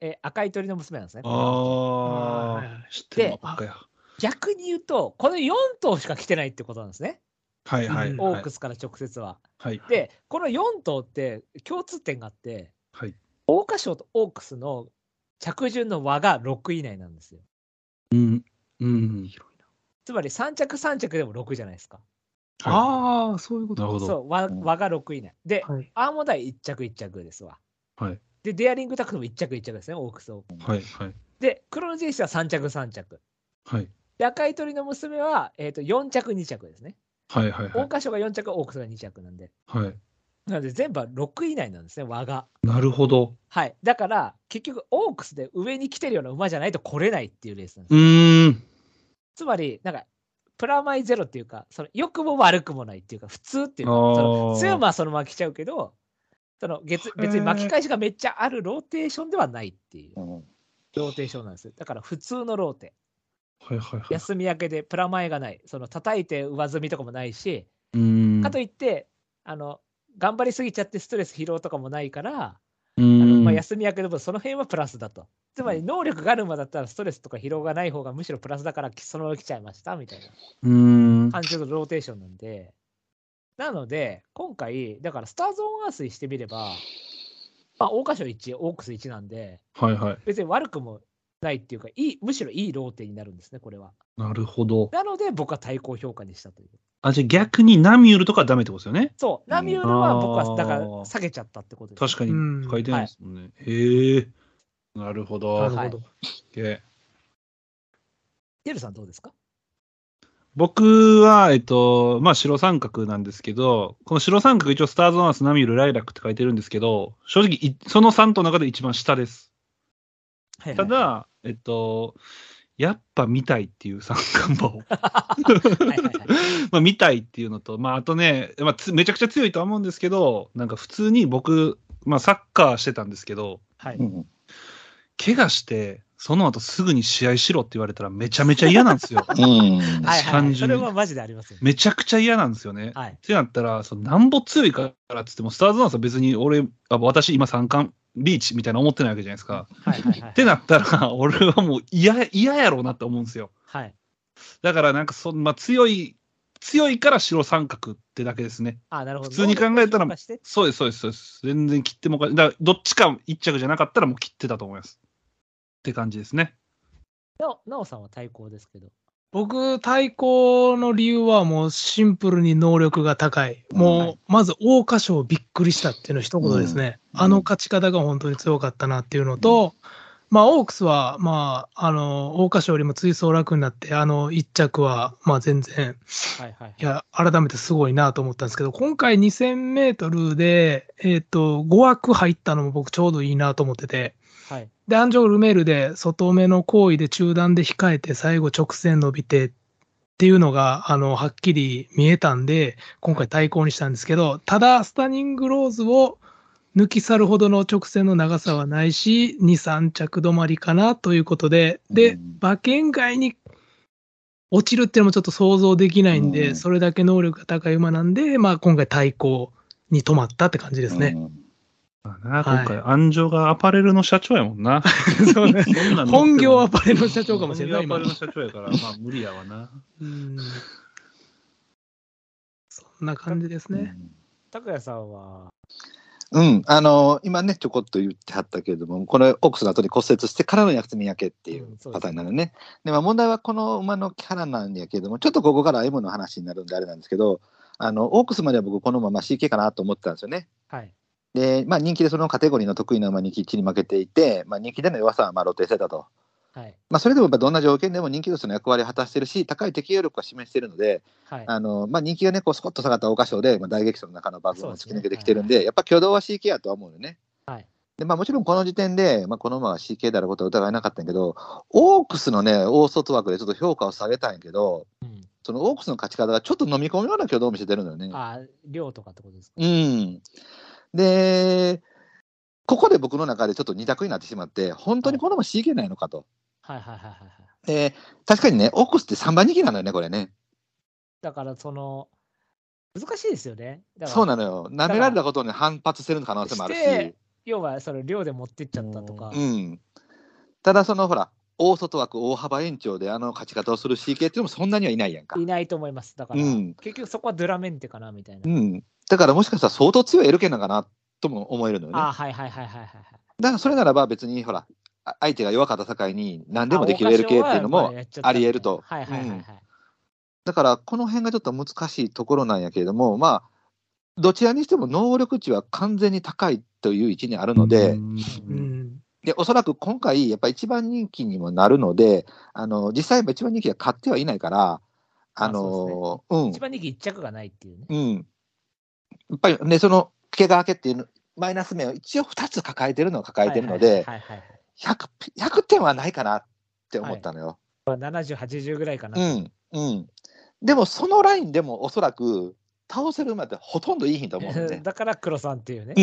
えー赤い鳥の娘なんですねあ。。あはあ。いはいはい知ってるのばっかや。逆に言うと、この4頭しか来てないってことなんですね。はいはい。うんオはーいクスから直接は。はい。で、この4頭って共通点があって、はい。桜花賞とオークスの着順の和が6位以内なんですよ。うん。うん。つまり3着3着でも6じゃないですか。あああ、そういうこなると。ほそど。う、和和が6位以内。で、はい。アーモンドアイ1着1着ですわ。はい。で、デアリングタクトも1着1着ですね、オークスを。はいはい。で、クロノジェイシスは3着3着。はい。で、赤い鳥の娘は、えー、と4着2着ですね。はいはいは桜い。花賞が4着、オークスが2着なんで。はい。なので、全部は6位以内なんですね、和が。なるほど。はい。だから、結局、オークスで上に来てるような馬じゃないと来れないっていうレースなんです。うーん。つまり、なんか、プラマイゼロっていうか、その良くも悪くもないっていうか、普通っていうか、あーその強い馬はそのまま来ちゃうけど、その月別に巻き返しがめっちゃあるローテーションではないっていう、うんローテーションなんですよ。だから、普通のローテ。はいはいはい。休み明けでプラマイがない、その叩いて上積みとかもないし、うーん。かといって、あの頑張りすぎちゃってストレス疲労とかもないから、うあのーん。まあ、休み明けの分、その辺はプラスだと。つまり能力がある馬だったらストレスとか疲労がない方がむしろプラスだからそのまま来ちゃいましたみたいなうーん。感じのローテーションなんで。なので、今回、だからスターズ・オン・アースにしてみれば、まあ、桜花賞1、オークス1なんで、はいはい。別に悪くもないっていうか、いいむしろいいローテになるんですね、これは。なるほど。なので、僕は対抗評価にしたという。あ、じゃあ逆にナミュールとかはダメってことですよね。そう、ナミュールは僕あはーだから下げちゃったってことです。確かにうん書いてないですもんね。へえ。なるほなど。るはいほど。でテルさんどうですか僕は、えっと、まあ、白三角なんですけど、この白三角一応スターズ・オン・アース、ナミュール、ライラックって書いてるんですけど、正直い、その3頭の中で一番下です。ただ、、えっと、やっぱ見たいっていう三冠馬を。は いはいはい まあ、見たいっていうのと、まあ、あとね、まあつめちゃくちゃ強いとは思うんですけど、なんか普通に僕、まあ、サッカーしてたんですけど、はいうんうん怪我して、その後すぐに試合しろって言われたらめちゃめちゃ嫌なんですよ。うんはいはいはい。単純にそれはマジでありますよね。めちゃくちゃ嫌なんですよね。はい。ってなったら、そのなんぼ強いからっつっても、スターズナースは別に俺、あ私今三冠リーチみたいな思ってないわけじゃないですか。はいはいはい。ってなったら、 俺はもう嫌や嫌やろうなって思うんですよ。はい。だからなんかそん、まあ、強い、強いから白三角ってだけですね。あ、なるほど。普通に考えたら能力評価してそうです、そうです、そうです。全然切ってもおかだからどっちか一着じゃなかったらもう切ってたと思います。って感じですね。なお、なおさんは対抗ですけど。僕、対抗の理由はもうシンプルに能力が高い。もう、まず、桜花賞びっくりしたっていうの一言ですね。うんあの勝ち方が本当に強かったなっていうのと、まあ、オークスは、まあ、あの、桜花賞よりも追走楽になって、あの、一着は、まあ、全然、はいはいいや、改めてすごいなと思ったんですけど、今回2000メートルで、えっ、と、5枠入ったのも僕ちょうどいいなと思ってて、はい。で、アンジョルメールで外目の行為で中断で控えて最後直線伸びてっていうのが、あの、はっきり見えたんで、今回対抗にしたんですけど、ただ、スタニングローズを抜き去るほどの直線の長さはないし、2、3着止まりかなということで、うでん、馬券外に落ちるっていうのもちょっと想像できないんうで、んそれだけ能力が高い馬なんで、まあ今回対抗に止まったって感じですね。まあなは今い回、安城がアパレルの社長やもんな。 そう ねそんなん乗っても本業アパレルの社長かもしれない。本業アパレル今の社長やから、まあ無理やわな。うんそんな感じですうんね。拓也さんは、うん、あの今ね、ちょこっと言ってはったけれども、このオークスの後に骨折してからの休み明けっていうパターンになるね。でまあ、問題はこの馬のキャラなんやけれども、ちょっとここからは M の話になるんであれなんですけど、あのオークスまでは僕、このまま CK かなと思ってたんですよね。はい。で、まあ、人気でそのカテゴリーの得意な馬にきっちり負けていて、まあ、人気での弱さはまあ露呈してたと。はい。まあ、それでもやっぱどんな条件でも人気としての役割を果たしてるし、高い適応力は示してるので、はい。あのまあ、人気がね、こうスコッと下がった桜花賞で、まあ、大激走の中のバズそをうで突すきね抜けてきてるんで、やっぱ挙動は CK やとは思うよね。はいでまあ、もちろんこの時点で、まあ、この馬は CK であることは疑えなかったんやけど、オークスのね、大外枠でちょっと評価を下げたんやけど、うんそのオークスの勝ち方がちょっと飲み込むような挙動を見せてるのよね。あー、量とかってことですか。うん。で、ここで僕の中でちょっと二択になってしまって、本当にこの馬 CK ないのかと。はいはいはいはいはい。で、確かにね、オークスって3番人気なのよね、これね。だから、その、難しいですよね。だからそうなのよ。舐められたことに反発してる可能性もあるしてし。要は、その量で持ってっちゃったとか。うん。ただ、そのほら、大外枠、大幅延長であの勝ち方をする CK っていうのもそんなにはいないやんか。いないと思います。だから、うん結局そこはドゥラメンテかなみたいな。うん。だからもしかしたら相当強い LK なのかなとも思えるのよね。あーはいはいはいはいはいはい。だからそれならば別にほら、あ相手が弱かった境に何でもできるあ LK っていう大の箇所もはやっちゃったあり得ると。はいはいはいはい。だからこの辺がちょっと難しいところなんやけれども、まあ、どちらにしても能力値は完全に高いという位置にあるので、うんうん。で、おそらく今回、やっぱ一番人気にもなるので、あの、実際やっぱ一番人気は買ってはいないから、あの、うん一番人気一着がないっていうね。うん。やっぱりね、その、毛が明けっていうのマイナス面を一応2つ抱えてるのは抱えてるので、はいはいはいはい100、100点はないかなって思ったのよ。 70、80ぐらいかな。うん、うん。でも、そのラインでもおそらく、倒せる馬ってほとんどいい品と思うんでね。 だから黒さんっていうね。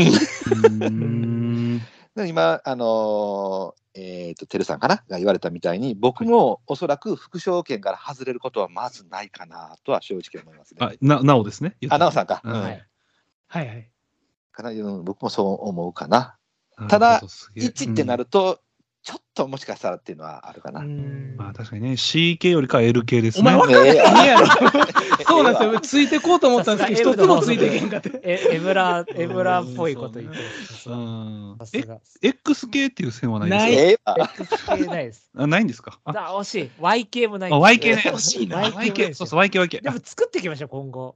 うんで今、あのーえっ、と、てるさんかなが言われたみたいに、僕もおそらく副賞券から外れることはまずないかなとは正直思いますね。あななおですね。あ、なおさんか。うんうんはいはいはい。かなり、うん僕もそう思うかな。うんただ、 1 1ってなると、ちょっともしかしたらっていうのはあるかな。うんまあ確かにね、CK よりかは LK ですね。お前わかんないやろ。 そうなんですええよ。わついてこうと思ったんですけど、一つもついていけんかった。え、エムラ、エムラっぽいこと言ってる。うんさすえ、が。 XK っていう線はないでなすいかええわ XK ないです。あないんですかあ、だ惜しい。YK もないあ YK ね。惜しいな YK。そうそう、YK、YK。でも作っていきましょう、今後。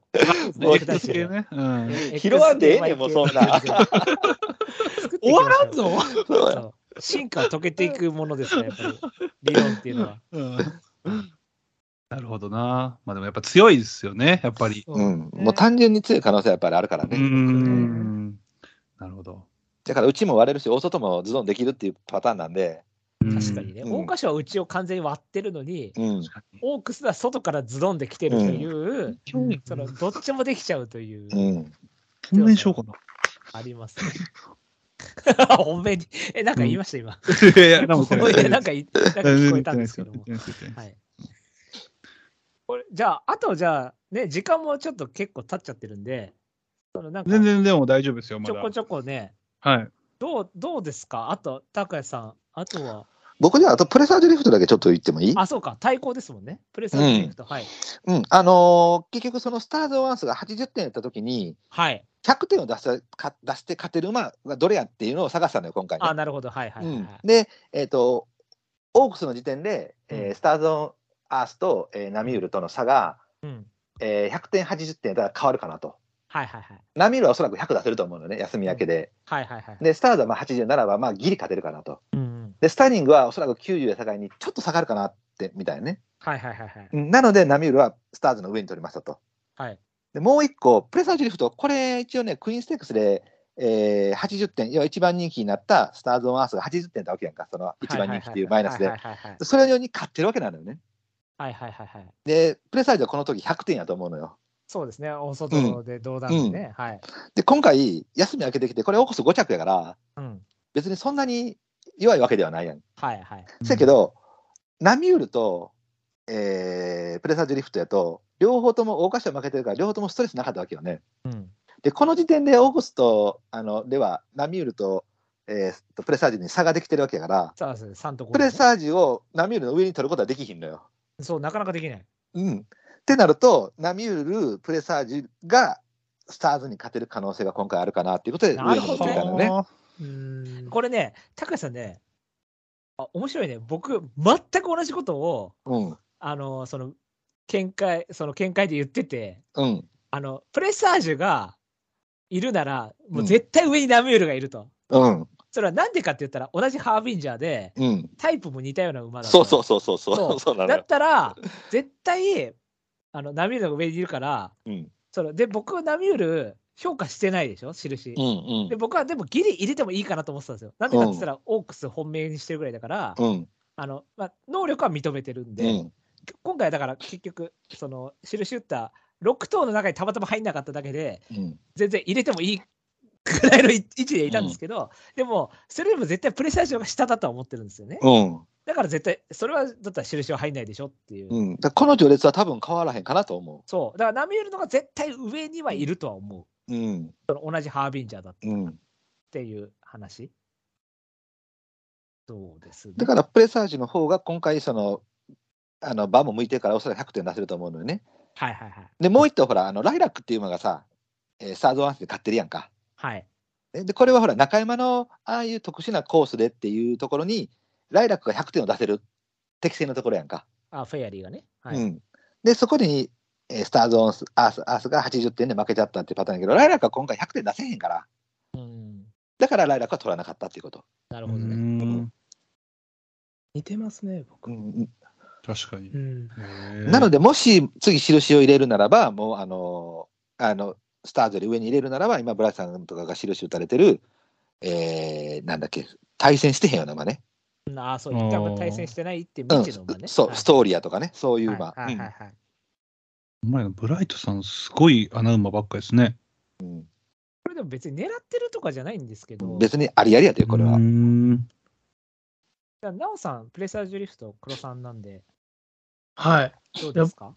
僕た X 系ね。うん。拾わんでええねんもうそんな終わらんぞ。そうそう進化は溶けていくものですね、やっぱり。理論っていうのは。うんなるほどな。まあでもやっぱ強いですよね、やっぱり。うん、もう単純に強い可能性はやっぱりあるからうね。ん。なるほど。だからうちも割れるし、大外もズドンできるっていうパターンなんで、確かにね。うん大箇所はうちを完全に割ってるのに、うん確、かに。オークスは外からズドンで来てるという、うんそのどっちもできちゃうという、うん、本面証拠な。ありますね。 本命に。え、なんか言いました、今。いやいや、なんか本命 になんか言なんか聞こえたんですけども。ははい。これ、じゃあ、あと、じゃあ、ね、時間もちょっと結構経っちゃってるんで、そのなんか、全ち然でも大丈夫ですよ、まょこちだ。ょこね、はい。どう、どうですかあと、高谷さん、あとは、僕ではあとプレサージュリフトだけちょっと言ってもいいあ、そうか、対抗ですもんね。プレスアウトリフト、はい。うん、あのー結局そのスターズ・オン・アースが80点やった時に、はい。 100点を出したか出して勝てる馬がどれやっていうのを探したのよ、今回ね、あ、なるほど、はいはいはういん。で、えっ、と、オークスの時点で、うえーんスターズ・オン・アースと、えーナミュールとの差が、うん。えー100点、80点だから変わるかなと。はいはいはい。ナミュールはおそらく100出せると思うのね、休み明けで。はいはいはい。で、スターズはまあ80ならば、まあ、ギリ勝てるかなと。うんうん。で、スターリングはおそらく90や境にちょっと下がるかなって、みたいなね。はいはいはいはい。うんなので、ナミュールはスターズの上に取りましたと。はい。で、もう一個、プレサージュリフト、これ一応ね、クイーンステークスで、えー80点、要は一番人気になったスターズ・オン・アースが80点だわけやんか、その一番人気っていうマイナスではい。はいはいはいそれに勝ってるわけなのよね。はいはいはいはい。で、プレサージュはこの時100点やと思うのよ。そうですね、大外で同段でね。はい。で、今回、休み明けてきて、これオークス5着やから、うん。別にそんなに弱いわけではないやん。はいはい。せやけど、ナミュールと、えープレサージュリフトやと、両方とも大箇所負けてるから、両方ともストレスなかったわけよね。うん。で、この時点でオークスと、あの、では、ナミュールと、えープレサージュに差ができてるわけやから、そうですね、3と5。プレサージュをナミュールの上に取ることはできひんのよ。そう、なかなかできない。うん。ってなると、ナミュール、プレサージュが、スターズに勝てる可能性が今回あるかなっていうことで、な上るほに持っどてみたのね。うんこれね、高橋さんね、あ面白いね、僕、全く同じことを、うん。あの、その、見解、その見解で言ってて、うん。あの、プレサージュがいるなら、もう絶対上にナミュールがいると。うん。それはなんでかって言ったら、同じハービンジャーで、うん。タイプも似たような馬だそうそうそそうそう。そうそうなのだっよ。たら、絶対、あの、ナミュールが上にいるから、うんそので、僕、ナミュール評価してないでしょ、印。うんで、僕はでもギリ入れてもいいかなと思ってたんですよ。なんでかって言ったら、オークス本命にしてるぐらいだから、うん。うん。あの、まあ、能力は認めてるんで、うん。今回だから結局、その、印打った6頭の中にたまたま入んなかっただけで、うん。全然入れてもいいぐらいの位置でいたんですけど、でも、それでも絶対プレサージョが下だとは思ってるんですよね。うん。だから絶対、それはだったら印は入んないでしょっていう。うん、だからこの序列は多分変わらへんかなと思そう。だから、ナミエルのが絶対上にはいるとは思う。う。うん。その同じハービンジャーだっうん。ていう話。そうですね。だから、プレサージュの方が今回、その、あの、場も向いてるから、おそらく100点出せると思うのよね。はいはいはい。で、もう一頭、ほら、あの、ライラックっていう馬がさ、えーサードワンスで勝ってるやんか。はい。ねで、これはほら、中山の、ああいう特殊なコースでっていうところに、ライラックが100点を出せる適正なところやんか。あ、フェアリーがね。はい。うん。で、そこに、えースターズ・オンスアース、アースが80点で負けちゃったっていうパターンやけど、ライラックは今回100点出せへんから、うんだからライラックは取らなかったっていうこと。なるうほどね。ん似てますね、僕。うん、確かにう。ん。ななので、もし次、印を入れるならば、もうあのあのスターズより上に入れるならば、今、ブライさんとかが印打たれてる、えー、なんだっけ、対戦してへんような馬ね、うんあ、そう、一回も対戦してないってうん未知の馬ね。そう、はいストーリアとかね、そういう馬、はいはいはいはい。お前のブライトさん、すごい穴馬ばっかりですね。うんこれでも別に狙ってるとかじゃないんですけうど、ん別にありありやで、これは。うーんじゃあなおさん、プレサージュリフト、黒さんなんで、はい。どうですか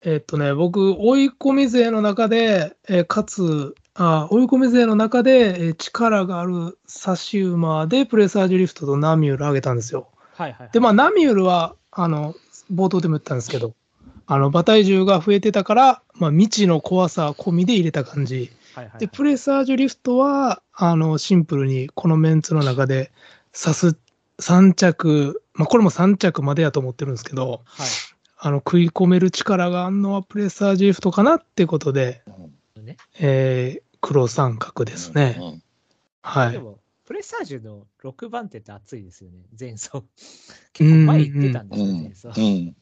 えっとね、僕、追い込み勢の中で、えーかつ、あ追い込み勢の中で、えー力がある差し馬で、プレサージュリフトとナミュール上げたんですよ。はいはいはい。で、まあ、ナミュールは、あの、冒頭でも言ったんですけど、あの、馬体重が増えてたから、まあ、未知の怖さ込みで入れた感じ。はいはいはいで、プレサージュリフトは、あの、シンプルに、このメンツの中で、さす、3着、まあ、これも3着までやと思ってるんですけど、はいあの、食い込める力があんのはプレサージュリフトかなってことで、ねえー、黒三角ですね。うんはでい。も、プレサージュの6番手って熱いですよね、前走。結構前行ってたんですよ、前走。うんうん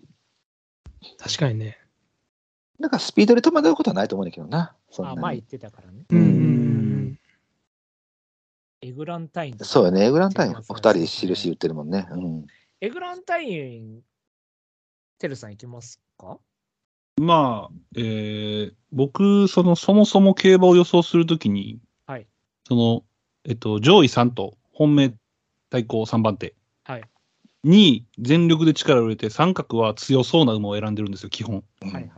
確かにね。なんかスピードで戸惑うことはないと思うんだけどな、そんなあ、に前行ってたからね。うんん。エグランタインとかそうよね、エグランタイン、お二人、印打ってるもんね。うんエグランタイン、テルさん行きますかまあ、えー僕、その、そもそも競馬を予想するときに、はいその、えっと、上位3と、本命対抗3番手はい。に全力で力を入れて、三角は強そうな馬を選んでるんですよ、基本。はいはい。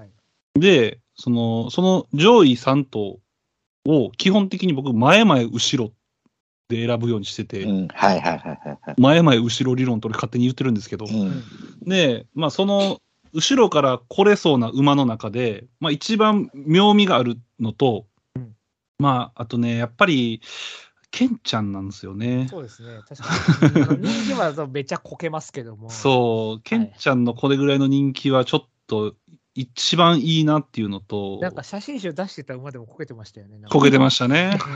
で、その、その上位3頭を基本的に僕、前前後ろで選ぶようにしてて、うんはいはいはいはいはい。前前後ろ理論と俺勝手に言ってるんですけど、うんで、まあその、後ろから来れそうな馬の中で、まあ一番妙味があるのと、うんまああとね、やっぱり、ケンちゃんなんですよね。そうですね、確かに。あの人気はそうめっちゃこけますけども。そう、ケンちゃんのこれぐらいの人気はちょっと一番いいなっていうのと、なんか写真集出してた馬でもこけてましたよね。こけてましたね。た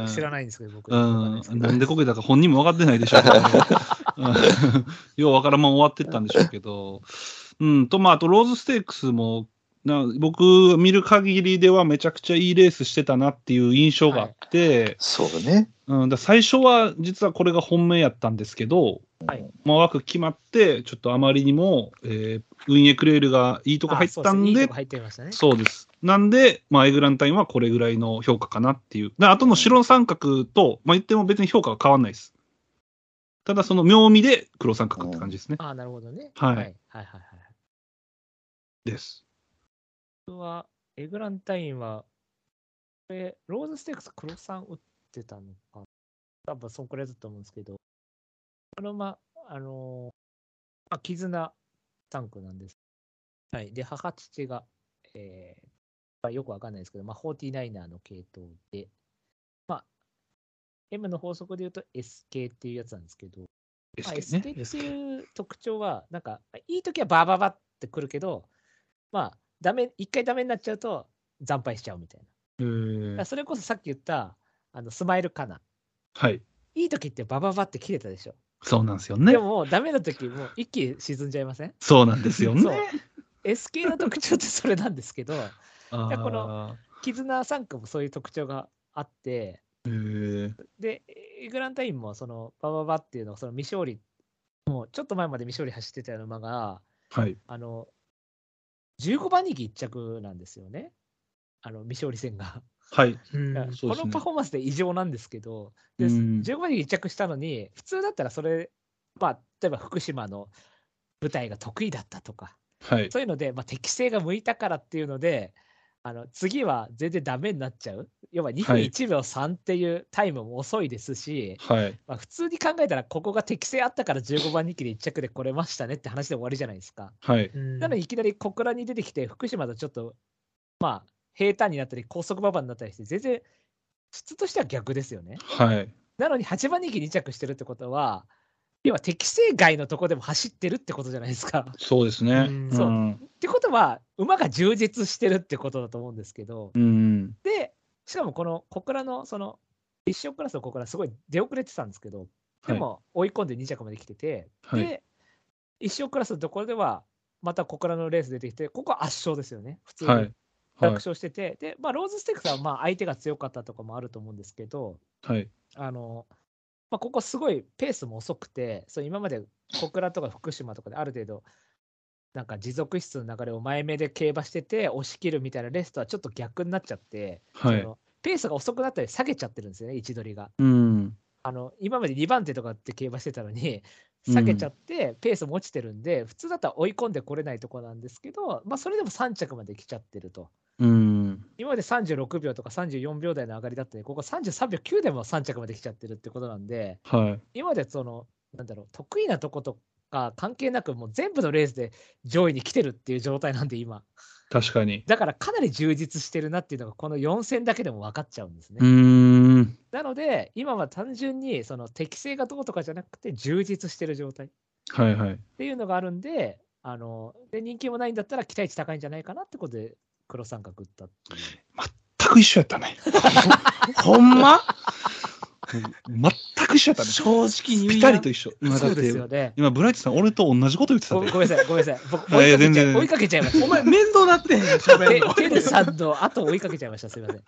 うん知らないんですけど、僕。うんわか、んなないんでけどですこけたか本人も分かってな いでしょうけど、うん よう分からんまま終わってったんでしょうけど、うん、と、まあ、あとローズステークスも、な僕見る限りではめちゃくちゃいいレースしてたなっていう印象があって、そうね。うん、だ最初は実はこれが本命やったんですけど、はいまあ、枠決まって、ちょっとあまりにも、えー、ウィンエクレールがいいとこ入ったんあそうすねいいでとこ、入ってましたね。そうです。なんで、まあ、エグランタインはこれぐらいの評価かなっていう。であとの白三角と、まあ、言っても別に評価は変わんないです。ただ、その妙味で黒三角って感じですね。ああ、なるほどね。はいはいはいはいはい。です。僕は、エグランタインは、これ、ローズステークス黒さん打ってたのかな。多分、そんくらいだと思うんですけど、このま、あのーまあ、絆タンクなんです。はい。で、母父が、えーまあ、よくわかんないですけど、まあ、49er の系統で、まあ、M の法則で言うと SK っていうやつなんですけど、ですまあ、け S ど系ね。っていう特徴は、なんか、いい時はバーバーバーってくるけど、まあ、ダメ、一回ダメになっちゃうと、惨敗しちゃうみたいな。だえからーそれこそさっき言った、あの、スマイルかな。はい。いい時ってバーバーバーって切れたでしょ。そうなんですよねで。ももう、ダメな時、もう一気に沈んじゃいませんそうなんですよねそう。S 系の特徴ってそれなんですけど、あいやこー絆3区もそういう特徴があって、へえ。で、エグランタインもそのバババっていうのがその未勝利、もうちょっと前まで未勝利走ってたような馬が、はい。あの、15番人気1着なんですよね。あの、未勝利戦が。はい。う んだからそうですこねのパフォーマンスで異常なんですけど、でうん15番人気1着したのに、普通だったらそれ、まあ、例えば福島の舞台が得意だったとか、はい。そういうので、まあ、適性が向いたからっていうので、あの次は全然ダメになっちゃう。要は2分はい1秒3っていうタイムも遅いですし、はい。まあ、普通に考えたら、ここが適性あったから15番人気で1着で来れましたねって話で終わりじゃないですか。はい。うんなのにいきなり小倉に出てきて、福島とちょっと、まあ、平坦になったり、高速馬場になったりして、全然、質としては逆ですよね。はい。なのに8番人気2着してるってことは、要は適正外のとこでも走ってるってことじゃないですか。そうですね。うんそうんってことは、馬が充実してるってことだと思うんですけど、うん。で、しかもこの小倉の、その、一生クラスの小倉、すごい出遅れてたんですけど、でも追い込んで2着まで来てて、はいで、一生クラスのところでは、また小倉のレース出てきて、ここは圧勝ですよね、普通に。はい。楽はい。勝してて、で、まあ、ローズステークスはまあ相手が強かったとかもあると思うんですけど、はい。あのまあ、ここすごいペースも遅くて、そう今まで小倉とか福島とかである程度、なんか持続室の流れを前目で競馬してて、押し切るみたいなレースとはちょっと逆になっちゃって、はそい。のペースが遅くなったり下げちゃってるんですよね、位置取りが。うん。あの今まで2番手とかって競馬してたのに、下げちゃって、ペースも落ちてるんで、普通だったら追い込んでこれないとこなんですけど、まあ、それでも3着まで来ちゃってると。うん。今まで36秒とか34秒台の上がりだったのに、ここ33秒9でも3着まで来ちゃってるってことなんで、はい。今までその、なんだろう、得意なとことか関係なく、もう全部のレースで上位に来てるっていう状態なんで、今。確かに。だからかなり充実してるなっていうのが、この4戦だけでも分かっちゃうんですね。うーん。なので、今は単純にその適性がどうとかじゃなくて、充実してる状態っはいはい。ていうのがあるんで、あので人気もないんだったら期待値高いんじゃないかなってことで、黒三角打ったっていう。全く一緒やったね。 ほんま全く一緒やったね。正直にピ言タうリなと一緒。今だそっうですよ て、ね。今、ブライトさん、俺と同じこと言ってたごめでん。ごめんなさい、ごめんなさい。僕、いやい追やいかけち全ゃ然い追いかけちゃいました。お前、面倒なってへんねん、喋テんの。テルさんの後を追いかけちゃいました。すみません。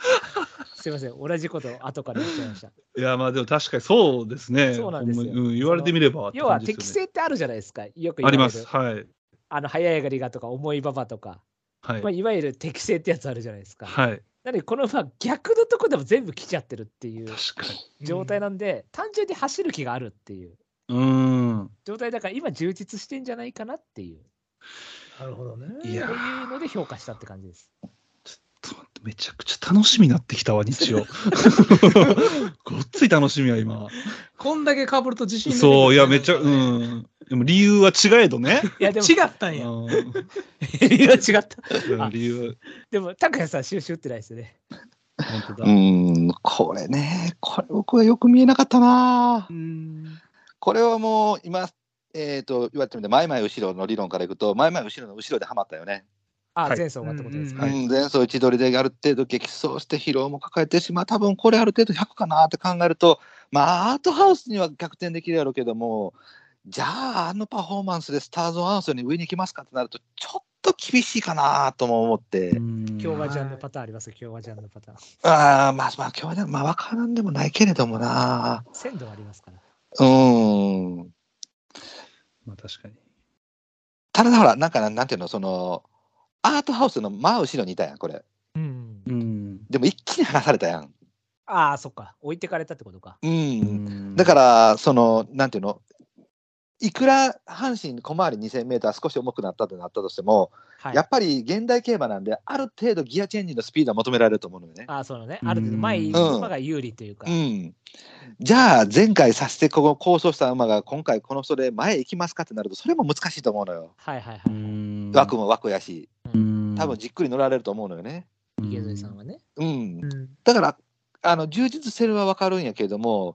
すみません。同じことを後からやっちゃいました。 いや、まあでも確かにそうですね。そうなんですよほまうん、言われてみれば、要は適性ってあるじゃないですか。よく言あわれるります。はい。あの、早い上がりがとか、重い馬場とか、はい。まあ、いわゆる適性ってやつあるじゃないですか。はい。なので、この馬、逆のとこでも全部来ちゃってるっていう確かに。状態なんで、単純に走る気があるっていううーん。状態だから、今、充実してんじゃないかなっていう、なるほどね。いやとーいうので評価したって感じ です。ちょっと待ってめちゃくちゃ楽しみになってきたわ、日曜。ごっつい楽しみや、今。こんだけ被ると自信出てくるそう、いや、めっちゃ、うん。でも理由は違えどね。いや、でも、違ったうんや。んいや違った。あ理由でも、高谷さん、収集打ってないですよね。は、本当うだ。ん、これね、これ僕はよく見えなかったなう。ん。これはもう今、えっ、と、言われてみて、前々後ろの理論からいくと、前々後ろの後ろでハマったよね。あ、はい前走がってことですか。はいうん、前走一取りである程度激走して疲労も抱えてしまう、多分これある程度100かなって考えると、まあ、アートハウスには逆転できるやろうけども、じゃあ、あのパフォーマンスでスターズ・オン・アースに上に行きますかってなると、ちょっと厳しいかなとも思って、京今和ちゃんのパターンありますよ、京和ちゃんのパターン。あーまあ、まあ、今日はね、まあ、わからんでもないけれどもな、鮮度はありますから。うん、まあ確かに。ただほら、なんかな、なんていうの、その、アートハウスの真後ろにいたやん、これ。うん。うん。でも一気に離されたやん。ああ、そっか。置いてかれたってことか。うんだだ、からら、その、なんていうの、いくら阪神小回り2000メーター少し重くなったとなったとしても、はい。やっぱり現代競馬なんで、ある程度ギアチェンジのスピードは求められると思うのよね。ああ、そうだね。うんある程度、前に行く馬が有利というか。うん。じゃあ、前回させてここ構想した馬が今回この人で前行きますかってなると、それも難しいと思うのよ。はいはいはい。うん枠も枠やし、うん多分じっくり乗られると思うのよね。池添さんはね。うんう。んだから、あの、充実してるはわかるんやけれども、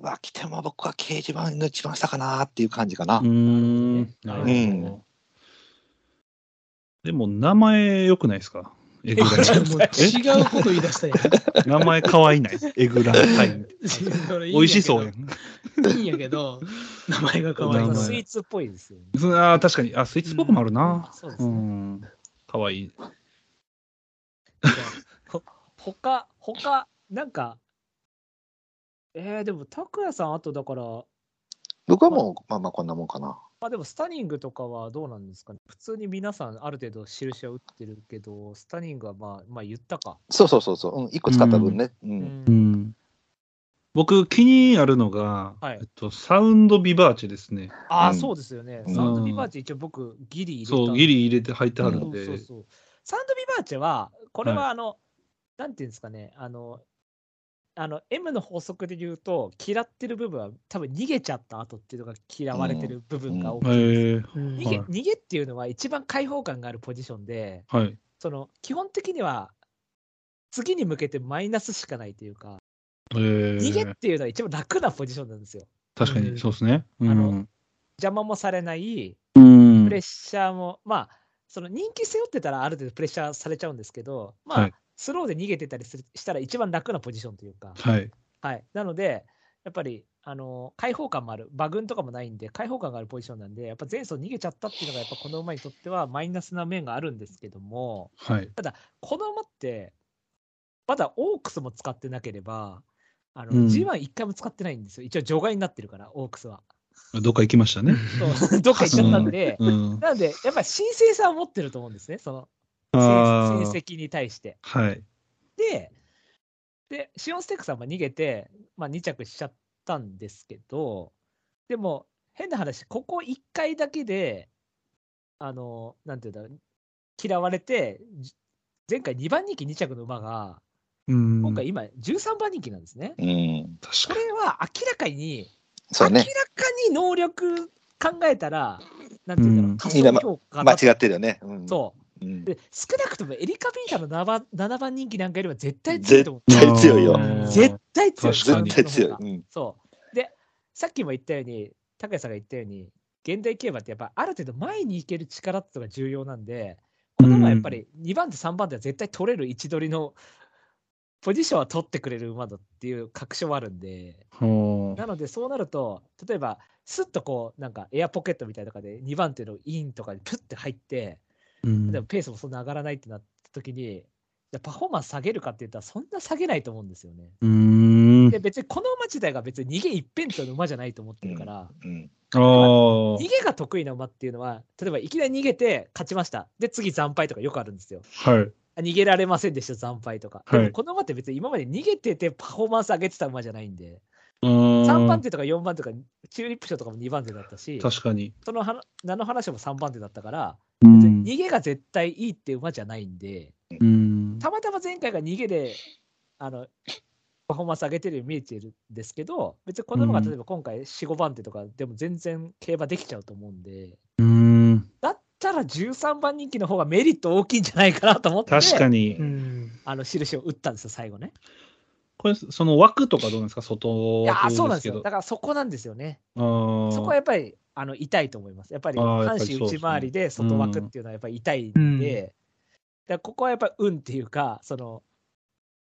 まあ、来ても僕は掲示板の一番下かなっていう感じかな。うんななるほどるほどねうん。でも、名前良くないですかエグもうラン違うこと言い出したやん。名前可愛いない。エグランタイム。そ れいいんやけど美味しそうやん。いいんやけど、名前が可な愛るいなんほどかなスイーツっぽいですよね。うんあー確かに。あ、スイーツっぽくもあるな。そうでうすね。ん。可愛い。じゃあほ他、他、なんか、えー、でも、拓也さん、あとだから、ま僕はもう、まあまあこんなもんかな。あでも、スタニングとかはどうなんですかね。普通に皆さん、ある程度、印は打ってるけど、スタニングは、まあ、まあ、言ったか。そうそうそうそう。うん、一個使った分ね。うん。うんうん。僕、気になるのが、はいえっと、サウンドビバーチェですね。ああ、うんそうですよね。うんサウンドビバーチェ、一応僕、ギリ入れたんでそう、ギリ入れて入ってはるんで。そうそうそうサンドビバーチェは、これははあの、なんていうんですかね、あの、あの M の法則で言うと、嫌ってる部分は、多分逃げちゃった後っていうのが嫌われてる部分が多くて、へえうん逃げはい逃げっていうのは一番解放感があるポジションで、はい。その基本的には、次に向けてマイナスしかないというか、えー逃げっていうのは一番楽なポジションなんですよ。確かに、そうですね。うん。あの邪魔もされない、うんプレッシャーも、まあ、その人気背負ってたらある程度プレッシャーされちゃうんですけど、まあ、はいスローで逃げてたりするしたら一番楽なポジションというか、はい。はい、なので、やっぱりあの開放感もある、バグンとかもないんで、開放感があるポジションなんで、やっぱ前走逃げちゃったっていうのが、やっぱこの馬にとってはマイナスな面があるんですけども、はい。この馬って、まだオークスも使ってなければ、あのうん G1 一回も使ってないんですよ、一応除外になってるから、オークスは。どっか行きましたね。そう どっか行っちゃったんで、 うん。なので、やっぱり神聖さを持ってると思うんですね、そのあ成ー績に対して。はい。で、でシオンステックさんも逃げて、まあ、2着しちゃったんですけど、でも、変な話、ここ1回だけで、あの、なんていうんだろう、嫌われて、じ前回2番人気2着の馬が、うん。今回今13番人気なんですね。うん。こ確かに。れは明らかに、そう明らねか。に能力考えたら、なんていうんだろうう、ん過いや小ま評価間だ違ってるよね。うん。そう。うん。で少なくともエリカ・ビータの7番 ,7 番人気なんかよりは絶対強いと絶思対強いよ。あう。ー絶対強い。確かに絶対強い。そうう。ん。そう。で、さっきも言ったように、高谷さんが言ったように、現代競馬ってやっぱある程度前に行ける力っていうのが重要なんで、この馬はやっぱり2番手、3番手は絶対取れる位置取りのポジションは取ってくれる馬だっていう確証はあるんで、ほなのでそうなると、例えば、スッとこう、なんかエアポケットみたいなとかで2番手のインとかにプッて入って、ううんでもペースもそんな上がらないってなった時に、じゃあパフォーマンス下げるかって言ったら、そんな下げないと思うんですよね。う ーんで、。別にこの馬自体が別に逃げ一辺倒の馬じゃないと思ってるから、うん。ああ。は逃げが得意な馬っていうのは、例えばいきなり逃げて勝ちました。で、次惨敗とかよくあるんですよ。い。あ逃げられませんでした、惨敗とか。はいでもこの馬って別に今まで逃げててパフォーマンス上げてた馬じゃないんで、3 3番手とか4番手とか、チューリップ賞とかも2番手だったし、確かに。そのは名の話も3番手だったから、う別んに逃げが絶対いいっていう馬じゃないんで、うん。たまたま前回が逃げで、あの、パフォーマンス上げてるように見えてるんですけど、別にこの馬うんが例えば今回4、5番手とかでも全然競馬できちゃうと思うんで、うん。だったら13番人気の方がメリット大きいんじゃないかなと思って、確かに。うんあの印を打ったんですよ、最後ね。これ、その枠とかどうなんですか外いやー、そう枠なんでですすけよ。ど。だからそこなんですよね。あそこはやっぱりあの痛いと思います。やっぱりあーやっぱ半り身そうで内すね回りで外枠っていうのはやっぱり痛いんで、うだんからここはやっぱり運っていうか、その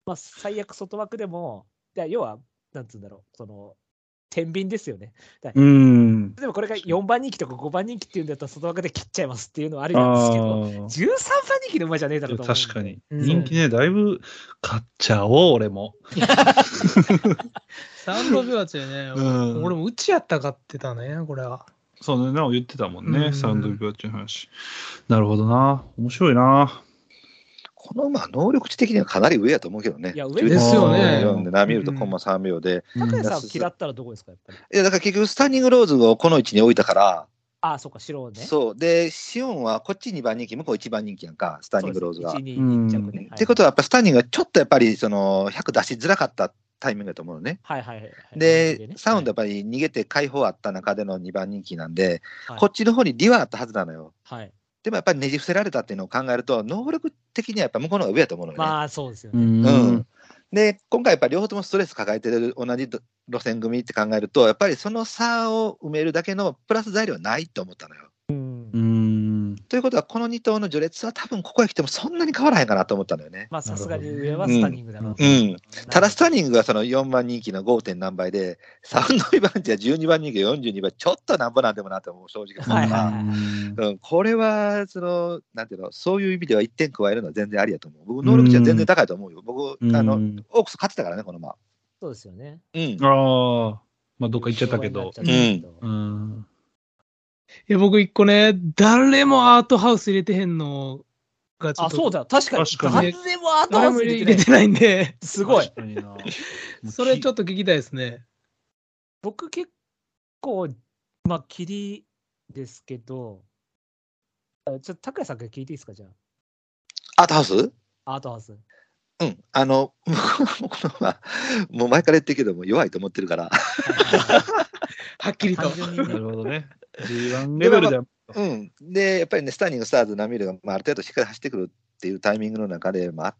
まあ、最悪外枠でも、だから要は、なんつうんだろう、その天秤ですよね。うん。例えばこれが4番人気とか5番人気っていうんだったら、外枠で切っちゃいますっていうのはありあなんですけど、ー13番人気の馬じゃねえだろうと思うんで確かに。。うん人気ね、だいぶ買っちゃおう、俺も。サウンドビバーチェね、うん俺もうちやったかってたね、これは。そうね、なお言ってたもんうね、んサウンドビバッチの話。なるほどな。面白いな。この馬、能力値的にはかなり上やと思うけどね。いや上ですよね4で、ナミュールとコンマ3秒で。う高谷んさんを嫌ったらどこですか、やっぱり。いや、だから結局、スタンディングローズをこの位置に置いたから、ああ、そうか、白をね。そう。で、シオンはこっち2番人気、向こう1番人気やんか、スタンディングローズが。 1、っ2、2着うね。てことは、やっぱスタンディングがちょっとやっぱり、その、100出しづらかったタイミングだと思うのね。はいはいはいはい。で、サウンドはやっぱり逃げて解放あった中での2番人気なんで、はいこっちの方にリはあったはずなのよ。い、はい。でもやっぱりねじ伏せられたっていうのを考えると、能力的にはやっぱ向こうの方が上やと思うのよね。まあ、そうですようね。んうんで今回やっぱり両方ともストレス抱えてる同じ路線組って考えるとやっぱりその差を埋めるだけのプラス材料はないと思ったのよ。うんうんうん。ということは、この2頭の序列は多分ここへ来てもそんなに変わらへんかなと思ったのよね。まあ、さすがになるほどね上はスタンディングだろうと。うん。ただ、スターニングがその4番人気の 5. 点何倍で、3番人気は12番人気が42倍、ちょっとなんぼなんでもなと思う、正直。はいはいはいうん、これは、その、なんていうの、そういう意味では1点加えるのは全然ありやと思う。僕、能力値は全然高いと思うよ。僕、うんあの、オークス勝ってたからね、この馬。そうですよね。うん。ああ、まあどっか行っちゃったけど。う。うんん。いや、僕一個ね、誰もアートハウス入れてへんのがちょあ、っと。そうだ、確かに。確かに誰も後誰外もせで入れきてない。ないんで、すごい。確かにな。も うそれちょっきと聞きたいですね。僕結構、まあ、キリですけど、あちょっと、拓也さんから聞いていいですか、じゃアートハウスあ。アートハウ ス。うん。あの、 僕はもうこの馬、もう前から言ってるけど、もう弱いと思ってるから。はっきりと。単純になねるほ どね。G1 レベルでは。うん、でやっぱりね、スターニング、スターズ、ナミールが、まあ、ある程度しっかり走ってくるっていうタイミングの中で、まあ、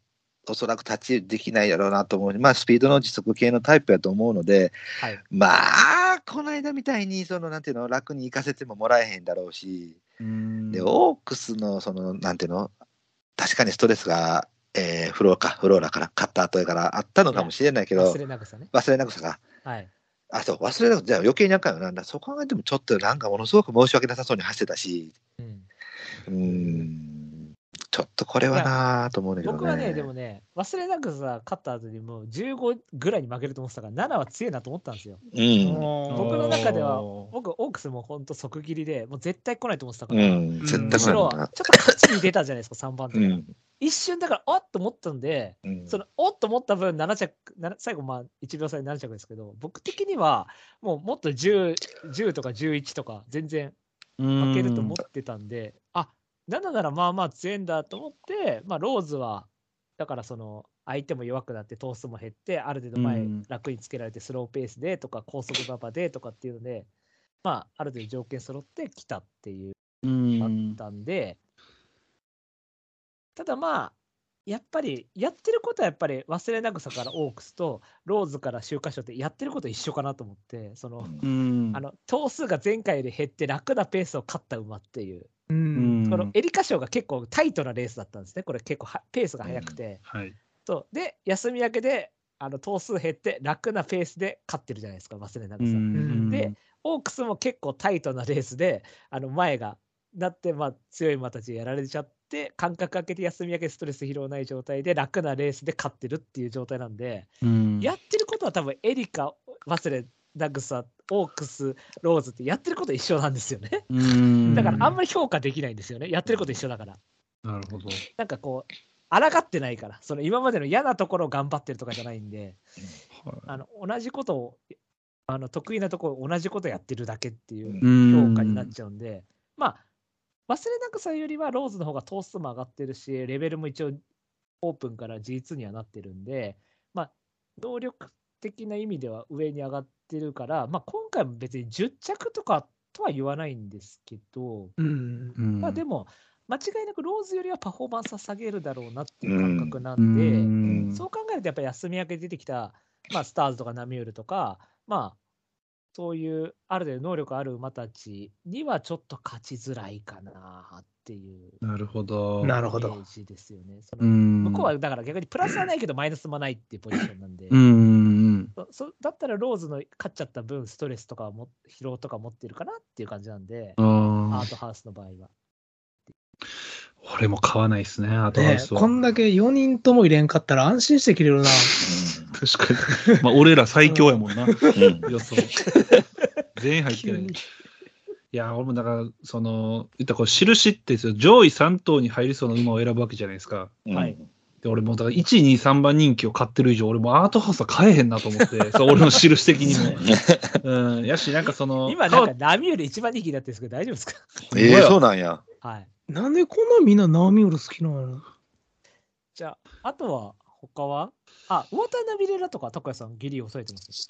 おそらく立ち入りできないやろうなと思う、まあ、スピードの持続系のタイプやと思うので、はいまあ、この間みたいにそのなんていうの楽に行かせてももらえへんだろうし、うんでオークスのそのなんていうの確かにストレスが、えーフローかフローラから勝った後やからあったのかもしれないけど忘れなくさね。忘れなくさが。はい。あそう忘れなくじゃあ余計にあかんよなだからそう考えてもちょっとなんかものすごく申し訳なさそうに走ってたしうんうーんちょっとこれはなぁと思うんだけどね。僕はね、でもね、忘れなくさ、勝った後にもう15ぐらいに負けると思ってたから、7は強いなと思ったんですよ。うん。僕僕の中ではおー僕、オークスも本当即切りで、もう絶対来ないと思ってたかうら、ん。絶む対しろ、こちれょなっと勝ちに出たじゃないですか、3番手うが、ん。一瞬だから、おっと思ったんで、うんそのおっと思った分7着、7最後、まあ1秒差で7着ですけど、僕的には、もうもっと 10, 10とか11とか、全然負けると思ってたんで、あ7ならまあまあ強いんだと思って、まあ、ローズは、だからその、相手も弱くなって、投数も減って、ある程度う前ん、楽につけられて、スローペースでとか、高速馬場でとかっていうので、まあ、ある程度条件揃ってきたっていううんあったんで、ただまあ、やっぱりやってることはやっぱり忘れなぐさからオークスとローズから秋華賞ってやってること一緒かなと思ってその、うんあの頭数が前回より減って楽なペースを勝った馬っていう、うう。んんこのエリカ賞が結構タイトなレースだったんですねこれ結構はペースが速くて、はい。そうで休み明けであの頭数減って楽なペースで勝ってるじゃないですか忘れなぐさ。うんで、オークスも結構タイトなレースで、あの前が、なって、まあ、強い馬たちがやられちゃって、間隔空けて休み明けストレス疲労ない状態で、楽なレースで勝ってるっていう状態なんで、うんやってることは多分、エリカ、忘れ、ナグサ、オークス、ローズってやってること一緒なんですよね。うんだから、あんまり評価できないんですよね。やってること一緒だから。なるほど。なんかこう、抗ってないから、その今までの嫌なところを頑張ってるとかじゃないんで、あの同じことを、あの得意なところ、同じことやってるだけっていう評価になっちゃうんで、まあ、忘れなくさよりはローズの方がトーストも上がってるし、レベルも一応オープンから G2 にはなってるんで、まあ、能力的な意味では上に上がってるから、まあ、今回も別に10着とかとは言わないんですけど、うん。うん。まあでも、も、間違いなくローズよりはパフォーマンスは下げるだろうなっていう感覚なんで、でそう考えると、やっぱり休み明け出てきた、まあ、スターズとかナミュールとか、まあ、そういうある程度能力ある馬たちにはちょっと勝ちづらいかなっていうなるほど。なイメるほどー。ジですよね。その向向こうはだから逆にプラスはないけどマイナスもないっていうポジションなんで、うん。そそだったらローズの勝っちゃった分、ストレスとかも疲労とか持ってるかなっていう感じなんで、アああー。トハウスの場合は。俺も買わないですね、アートハウねスは。こんだけ4人とも入れんかったら安心して切れる な。確か に。まあ、俺ら最強やもんな。うんうん予 想。全員入ってない。いや、俺もだから、その、言ったらこう、印ってですよ、上位3頭に入りそうな馬を選ぶわけじゃないですか。うんはいで、俺もだから、1、2、3番人気を買ってる以上、俺もアートハウスは買えへんなと思っ て、そう、俺の印的にも。うん。やし、なんかその、今、なんかナミュール一番人気だったんですけど、大丈夫ですかええそうなんや。 はい。なんでこんなみんなナオミウル好きなのやろじゃあ、あとは、他はあ、ウォーターナビレラとか、高谷さん、ギリ抑えてます。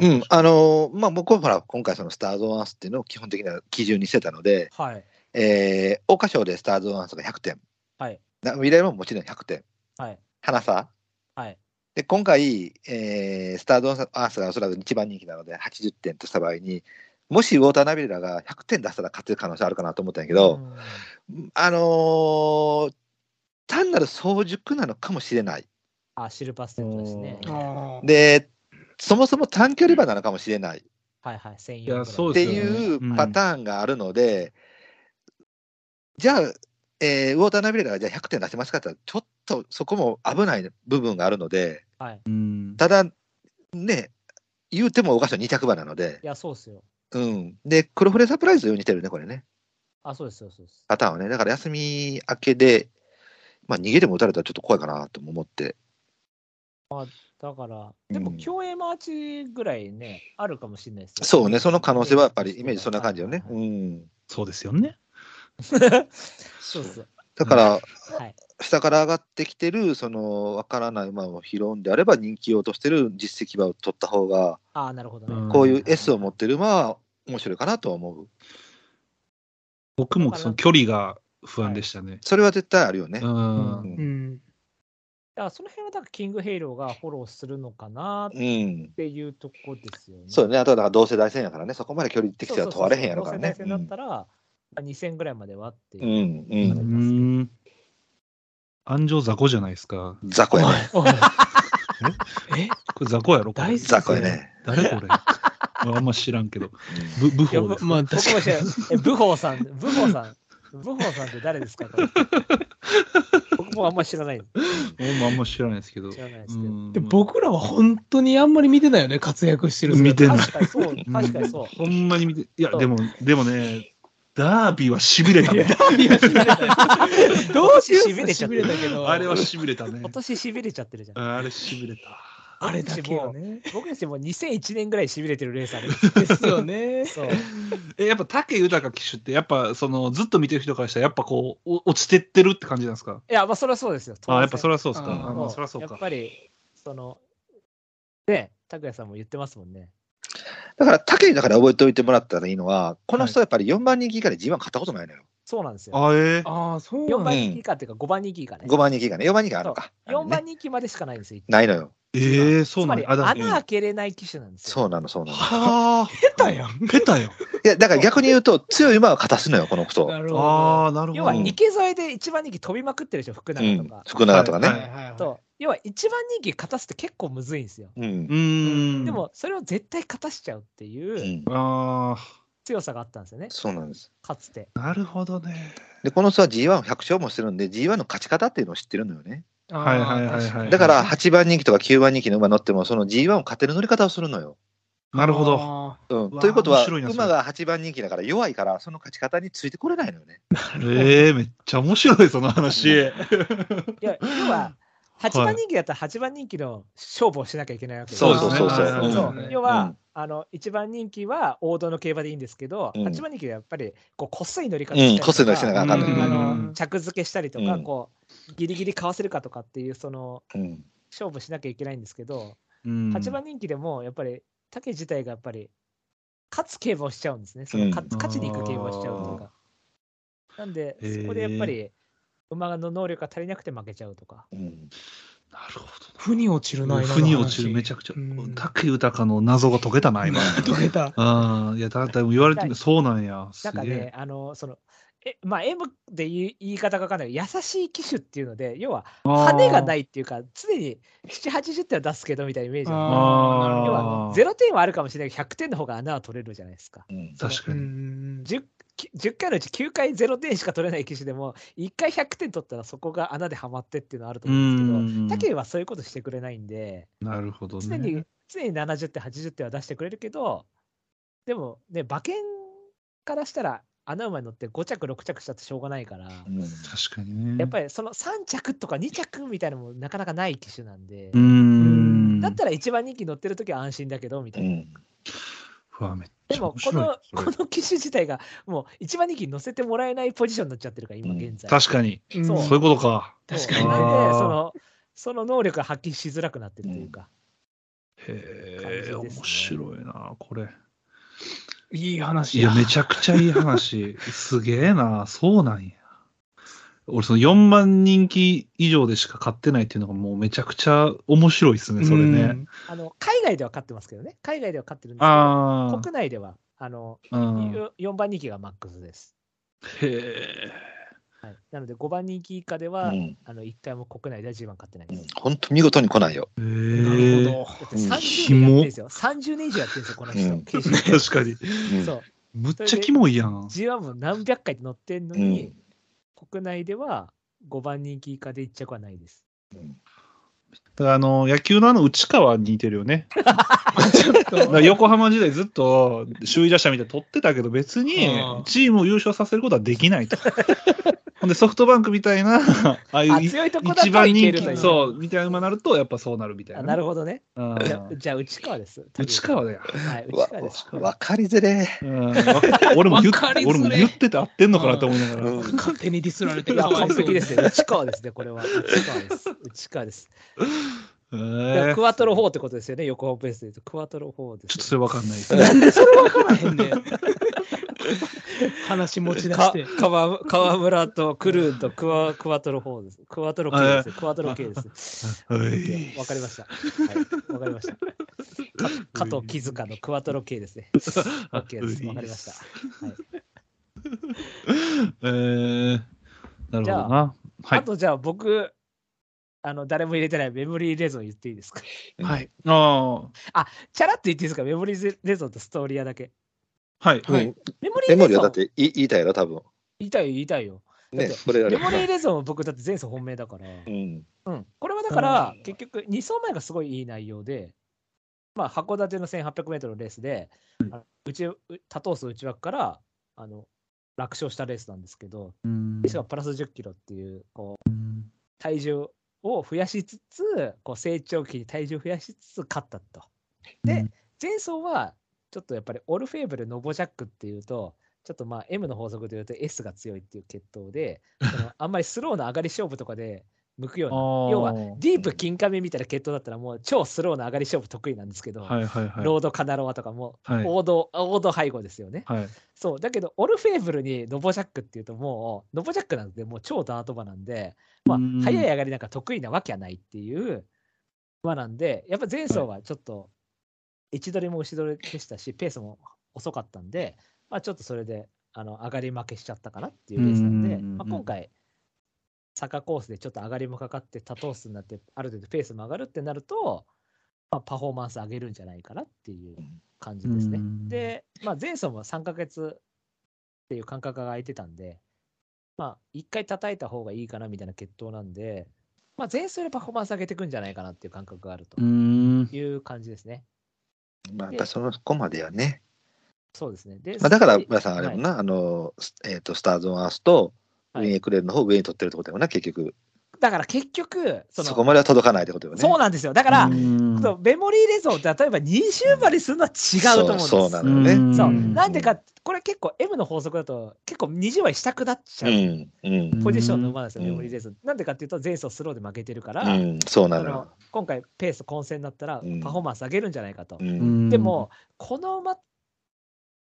うん、あのーまあ、僕はほら、今回そのスターズ・オン・アースっていうのを基本的な基準にしてたので、はい。えー、桜花賞でスターズ・オン・アースが100点。はい。な未来ももちろん100点。はい。花さ。はい。で、今回、えー、スターズ・オン・アースがおそらく一番人気なので80点とした場合に、もしウォーターナビレラが100点出したら勝てる可能性あるかなと思ったんやけど、うんあのー単なる早熟なのかもしれない。あ、シルパーステントですね。うんあーで、そもそも短距離馬なのかもしれない。はいはい、専い用やそっうてですよねいうパターンがあるので、じゃあ、えーウォーターナビレラがじゃあ100点出せますかって言ったら、ちょっとそこも危ない部分があるので、うんただ、ね、言うてもおかしな2着馬なのでい、や、そうっすよ。うん。で、黒船サプライズように似てるね、これね、あ、そうですよ、そうです。パターンはね。だから休み明けで、まあ、逃げでも打たれたらちょっと怖いかなとも思って、だから、うんでも、競泳マーチぐらいね、あるかもしれないですよそうね、その可能性はやっぱりイメージそんな感じよね。はいうはいん。そうですよね。そうっすよ。だから、はい。下から上がってきてる、その、わからない馬を拾うんであれば、人気を落としてる実績馬を取った方が、ああ、なるほどね。うんこういう S を持ってる馬は面白いかなとは思う。僕もその距離が不安でしたね。それは絶対あるよねう。ん。うん。だからその辺はだからキングヘイローがフォローするのかなっうん。ていうとこですよね。そうよね。あとはだから同世代戦やからね、そこまで距離的そうにそはう問そうわれへんやろからね。同世代戦だったら、まあ2000ぐらいまではってういんう。。う。うんん。安城雑魚じゃないですか。雑魚やね。おいえこれ雑魚やろこれ大好き雑魚やね。誰これあんま知らんけど。ぶ武法です。まあ僕確もか知らんえ、ブホーさん、ブホーさん、ブホーさんって誰ですかこれ僕もあんま知らない。俺もあんま知らないですけど。知らないですけど。でに。で僕らは本当にあんまり見てないよね、活躍してる姿。見てない確かにそう、確かにそう。ほんまに見て、いや、そうでも、でもね、ダービーはしびれたね。いや痺れたどうしよう痺れちゃって痺れたけど、あれはしびれ たね今。年しびれちゃってるじゃん。あれしびれた。あれだけよね。僕たちもう2001年ぐらいしびれてるレーサーでですよね。す。そう。えやっぱ武豊騎手って、やっぱそのずっと見てる人からしたら、やっぱこう、お落ちてってるって感じなんですかいや、まあ、それはそうですよ。あやっぱそれれはそうですか。あーあまあそれはそうやかっ。ぱり、その、で、拓也さんも言ってますもんね。だから、竹井だから覚えておいてもらったらいいのは、この人はやっぱり4万人以下で G1 勝ったことないのよ。そうなんですよ。 あ、えーああ、そう4なん番だ。人気以下っていうか、5番人気以下ね。 5万人以下ね。4万人以下あるのか。 4あの番ね人気までしかないんですよ。ないのよ。えー、そうつなまんり、だ。あだ穴開けれない機種なんですよ。そうなの、そうなの。は下 手や ん。あ、ペタよ。いや、だから逆に言うと、強い馬は勝たすのよ、この人。なるほど。ああ、なるほ要どは、。池添えで1番人気飛びまくってるでしょ、福う永とんか。。福永とかははいね。はいはい。と要は、1番人気勝たすって結構むずいんですよ。うんう。ーん。で、も、それを絶対勝たしちゃうってういうんあ強さがあったんですよね、そうなんです。かつて。あ、なるほどね。で、この人は G1 を100勝もしてるんで、G1 の勝ち方っていうのを知ってるのよね。あーはいはいはいはいだから、8番人気とか9番人気の馬乗っても、その G1 を勝てる乗り方をするのよ。なるほど。。うんうわーということは、面白いなそれ馬が8番人気だから弱いから、その勝ち方についてこれないのよね。えー、めっちゃ面白い、その話。い や、要は、8番人気だったら8番人気の勝負をしなきゃいけないわけですそうそうそうそうですねそうはいはいはい要は、うんあの1番人気は王道の競馬でいいんですけど、うん8番人気はやっぱりこうこっそり乗り方うん、とかこっそり乗りしてながらあかうんんのあよ。うんの着付けしたりとか、うんこうギリギリかわせるかとかっていうそのうん。勝負しなきゃいけないんですけど、うん8番人気でもやっぱり竹自体がやっぱり勝つ競馬をしちゃうんですねその勝,、うん勝ちに行く競馬をしちゃうというか。なんでへーそこでやっぱり馬の能力が足りなくて負けちゃうとか。うんなるほ腑に落ちるどな、な。今の腑に落ちる、話めちゃくちゃうん。武豊の謎が解けたな、今。解けた。 ああ、いや、だって言われてみるそうなんや。すなんかげねえ。、あの、その、えまあ、M で言い言い方がわかんない優しい機種っていうので、要は、あ羽ー根がないっていうか、常に7、80点は出すけどみたいなイメージなの。あー要なるほは、0点はあるかもしれないけど、100点の方が穴は取れるじゃないですか。うんその確どかうに。ん。 10, き10回のうち9回0点しか取れない機種でも、1回100点取ったらそこが穴ではまってっていうのはあるとう思うんですん。けど、武はそういうことしてくれないんで、なるほど常ねに。常に70点、80点は出してくれるけど、でもね、馬券からしたら、穴馬に乗って5着、6着したってしょうがないから、うん確かにね。やっぱりその3着とか2着みたいなのもなかなかない機種なんで、うーん。だったら一番人気乗ってるときは安心だけどみたういな。んうわめっでちゃも面こ白いの、そこれの機種自体が、もう一番人気に乗せてもらえないポジションになっちゃってるから、今うん現在。確かに。うんそうそういうことか。そう確かにねなんで、あーその、その能力が発揮しづらくなってるというか。感じへえ、ですね面白いな、これ。いい話いや、めちゃくちゃいい話。 すげえな、そうなんや。俺、その4万人気以上でしか買ってないっていうのがもうめちゃくちゃ面白いですね、それね。うんあの、海外では勝ってますけどね。海外では勝ってるんですけど、ああ、国内ではあの、うん。へよ4番人気がマックスです。え。はい、なので5番人気以下でうは、ん。あの1回も国内では G1 勝ってないです。本当見事に来ないよ。へなるえ。ほど。だってうん30年やってるんですよ。30年以上やってるんですよ、この人。うん刑事 確かに。うんそう。むっちゃキモいやん。 G1 も何百回って乗ってんのうにん、。国内では5番人気以下で1着はないです。だからあの、野球のあの内川に似てるよ ね。ちょっだからと、横浜時代ずっと首位打者みたいに取ってたけど、別にうんチームを優勝させることはできないと。 ほんで、ソフトバンクみたいな、ああいあ、うい強いとこだ一と番いける人とい気、う。そう、みたいな馬になると、やっぱそうなるみたいあな。なるほどね。うんじゃあじゃあ、内川です。内川だよ。はい、うわ内川です。わかりづれえ。うんわか俺も言っわかりづれ俺も言ってて合ってんのかなと思いながら。うん勝手にディスられているや、完璧ですね。内川ですね、これは。内川です。内川です。えだからークワトロ4ってことですよね、横浜ベースで言うと。クワトロ4です、ね。ちょっとそれわかんないですね。なんでそれ分からへんねん。 話持ち出して。か川川村とクルーンとクワクワトロ4です。クワトロ系です。クワトロ系です。ははいいわかりました。はい、わかりました。 か加藤木塚のクワトロ系ですね。OK です。わかりました。はい、えーなるほじゃどな。はいあ。と、じゃあ僕、あの誰も入れてないメモリーレゾン言っていいですか。はい。あチャラって言っていいですか、メモリーレゾンとストーリアだけ。あ。はい。はいうんメモリエーモレリゾはだンって言い言いたいやろ、多分。言いたいよ言いたいよ。ねだっ、これメられモリーレゾンは僕だって前走本命だから。うん。うん、これはだから、結局、2走前がすごいいい内容で、まあ、函館の1800メートルのレースで、あのうち多頭数内枠からあの楽勝したレースなんですけど、うんレースがプラス10キロっていう、こう体重を増やしつつ、こう成長期に体重を増やしつつ勝ったと。で、前走は、ちょっとやっぱりオルフェーブル、ノボジャックっていうと、ちょっとまあ M の法則でいうと S が強いっていう血統で、そのあんまりスローな上がり勝負とかで向くような要はディープ金亀みたいな系統だったらもう超スローな上がり勝負得意なんですけど、はいはいはい。ロードカナロアとかもはい王道、王道背後ですよね。はい。そうだけどオルフェーブルにノボジャックっていうともうノボジャックなんでもう超ダート馬なんで、まあうん、速い上がりなんか得意なわけはないっていう馬なんでやっぱ前走はちょっと位置取りも後ろ取りでしたしペースも遅かったんで、まあ、ちょっとそれであの上がり負けしちゃったかなっていうレースなんで、うんまあ、今回坂コースでちょっと上がりもかかって多頭数になってある程度ペースも上がるってなると、まあ、パフォーマンス上げるんじゃないかなっていう感じですね。うんで、まあ、前走も3ヶ月っていう間隔が空いてたんで、まあ、1回叩いた方がいいかなみたいな決闘なんで、まあ、前走でパフォーマンス上げていくんじゃないかなっていう感覚があるとうん。いう感じですね。まあ、やっぱそのそこまでやね。そうですね。でまあ、だから、そ皆さん、あれもな、あの、スえっと、スターズ・オン・アースと、ウはィいン・エクレールの方を上に取ってるってことだよな、結局。だから結局、そそのこまでは届かないってことよね。そうなんですよ。だから、うんそうメモリーレゾンって例えば20馬にするのは違うと思うんです。そうそうなのよね。うんそううんなんでか、これ結構 M の法則だと、結構20馬にしたくなっちゃうう、ん。うん。ポジションの馬なんですよ、うんメモリーレゾン。なんでかっていうと、前走スローで負けてるから、うん。そうなそののよ。今回ペース混戦になったらうんパフォーマンス上げるんじゃないかと。うん。でも、この馬っ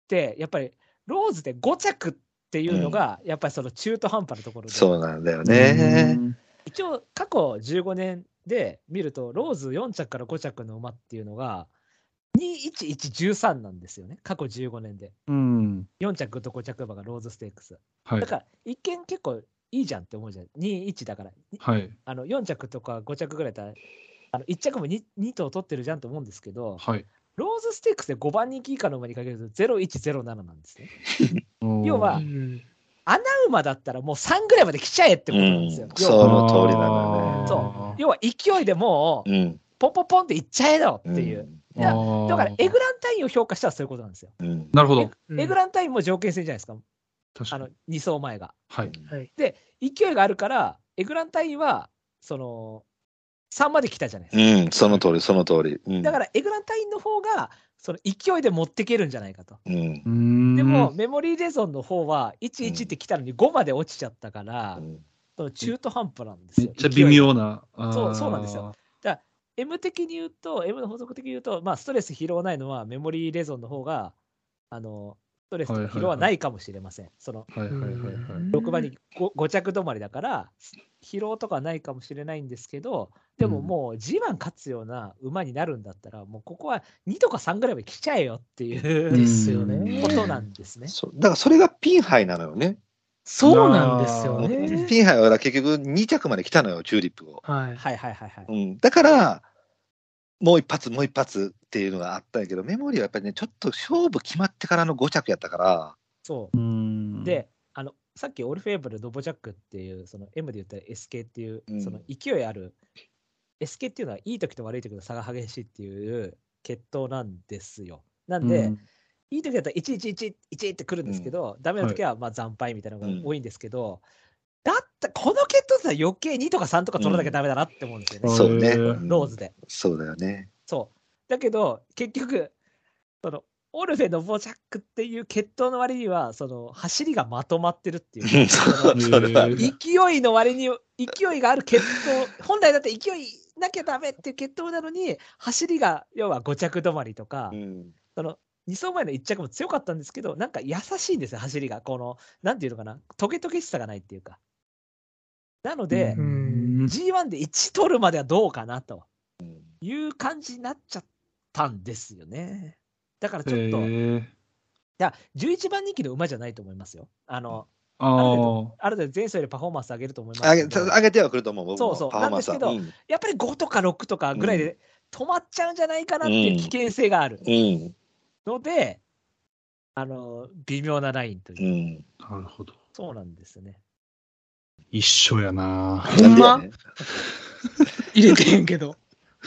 て、やっぱりローズで5着っていうのが、やっぱりその中途半端なところで、そうなんだよね。一応過去15年で見ると、ローズ4着から5着の馬っていうのが、21113なんですよね、過去15年で。うん。 4着と5着馬がローズステークス。はいだ。から、一見結構いいじゃんって思うじゃん。21だから、はい。あの4着とか5着ぐらいだったら、あの1着も 2, 2頭取ってるじゃんと思うんですけど、はい。ローズステークスで5番人気以下の馬にかけると0107なんですね。要要はうん穴馬だったらもう3ぐらいまで来ちゃえってことなんですよ。うん要そはの通りなのねそ要は勢いでもううん。ポンポンポンっていっちゃえよっていう。いやうだからエグラ。ランタインを評価したらそういうことなんですよ。うん。うん。なるほど。エグランタインも条件戦じゃないですか、確あかのに。 2走前が。はい。勢いがあるから、エグランタインはその3まで来たじゃないですか。うん。その通り、その通り。うん。だからエグランタインの方がその勢いで持っていけるんじゃないかと。うん。ででも、、メモリーレゾンの方は、11って来たのに5まで落ちちゃったかうら、ん。その中途半端なんですめよ。っちゃ微勢いが。妙な。そうそうなんですよ。M 的に言うと、M の法則的に言うと、まあ、ストレス疲労ないのは、メモリーレゾンの方が、あの、トレスの疲労はないかもしれません。そのはいはいはいはい。 6番に 5, 着止まりだから、疲労とかはないかもしれないんですけど、でももう G1 勝つような馬になるんだったら、もうここは2とか3ぐらいまで来ちゃえよっていうですよね。ことなんですね。そうだからそれがピンハイなのよね。そうなんですよね。ピンハイは結局2着まで来たのよ、チューリップを。はい。はいはいはいはい。うん、だから、もう一発、もう一発っていうのがあったんやけど、メモリーはやっぱりね、ちょっと勝負決まってからの5着やったから、そうう。ん、で、あの、さっきオルフェーブル、ドボジャックっていう、その M で言ったら SK っていうう、んその勢いある、SK っていうのはいい時と悪い時の差が激しいっていう決闘なんですよ。なんで、うんいい時だったら111、1ってくるんですけど、ダメな時はまあ惨敗みたいなのが多いんですけど、だったこの決闘だったら余計2とか3とか取らなきゃダメだなって思うんですよね、うんそうね。へーうんローズで。そうだよね。そう。だけど、結局、その、オルフェのボジャックっていう決闘の割には、その、走りがまとまってるっていうう。ん そそうのそれはある勢いの割に、勢いがある決闘、本来だって勢いなきゃダメっていう決闘なのに、走りが、要は5着止まりとか、うんその、2走前の1着も強かったんですけど、なんか優しいんですよ、走りが。この、なんていうのかな、トゲトゲしさがないっていうか。なので、うん G1 で1取るまではどうかなという感じになっちゃったんですよね。だからちょっと、いへーや11番人気の馬じゃないと思いますよ。あの、ああるー程度ある程度前走よりパフォーマンス上げると思います上げけど上げてはくると思う、僕もそうそうパフォーマンスは。なんうんやっぱり5とか6とかぐらいで止まっちゃうんじゃないかなっていう危険性があるうんので、あの、微妙なラインというう。んなるほど。そうなんですね。一緒やなほんなまんでやね入れてへんけど。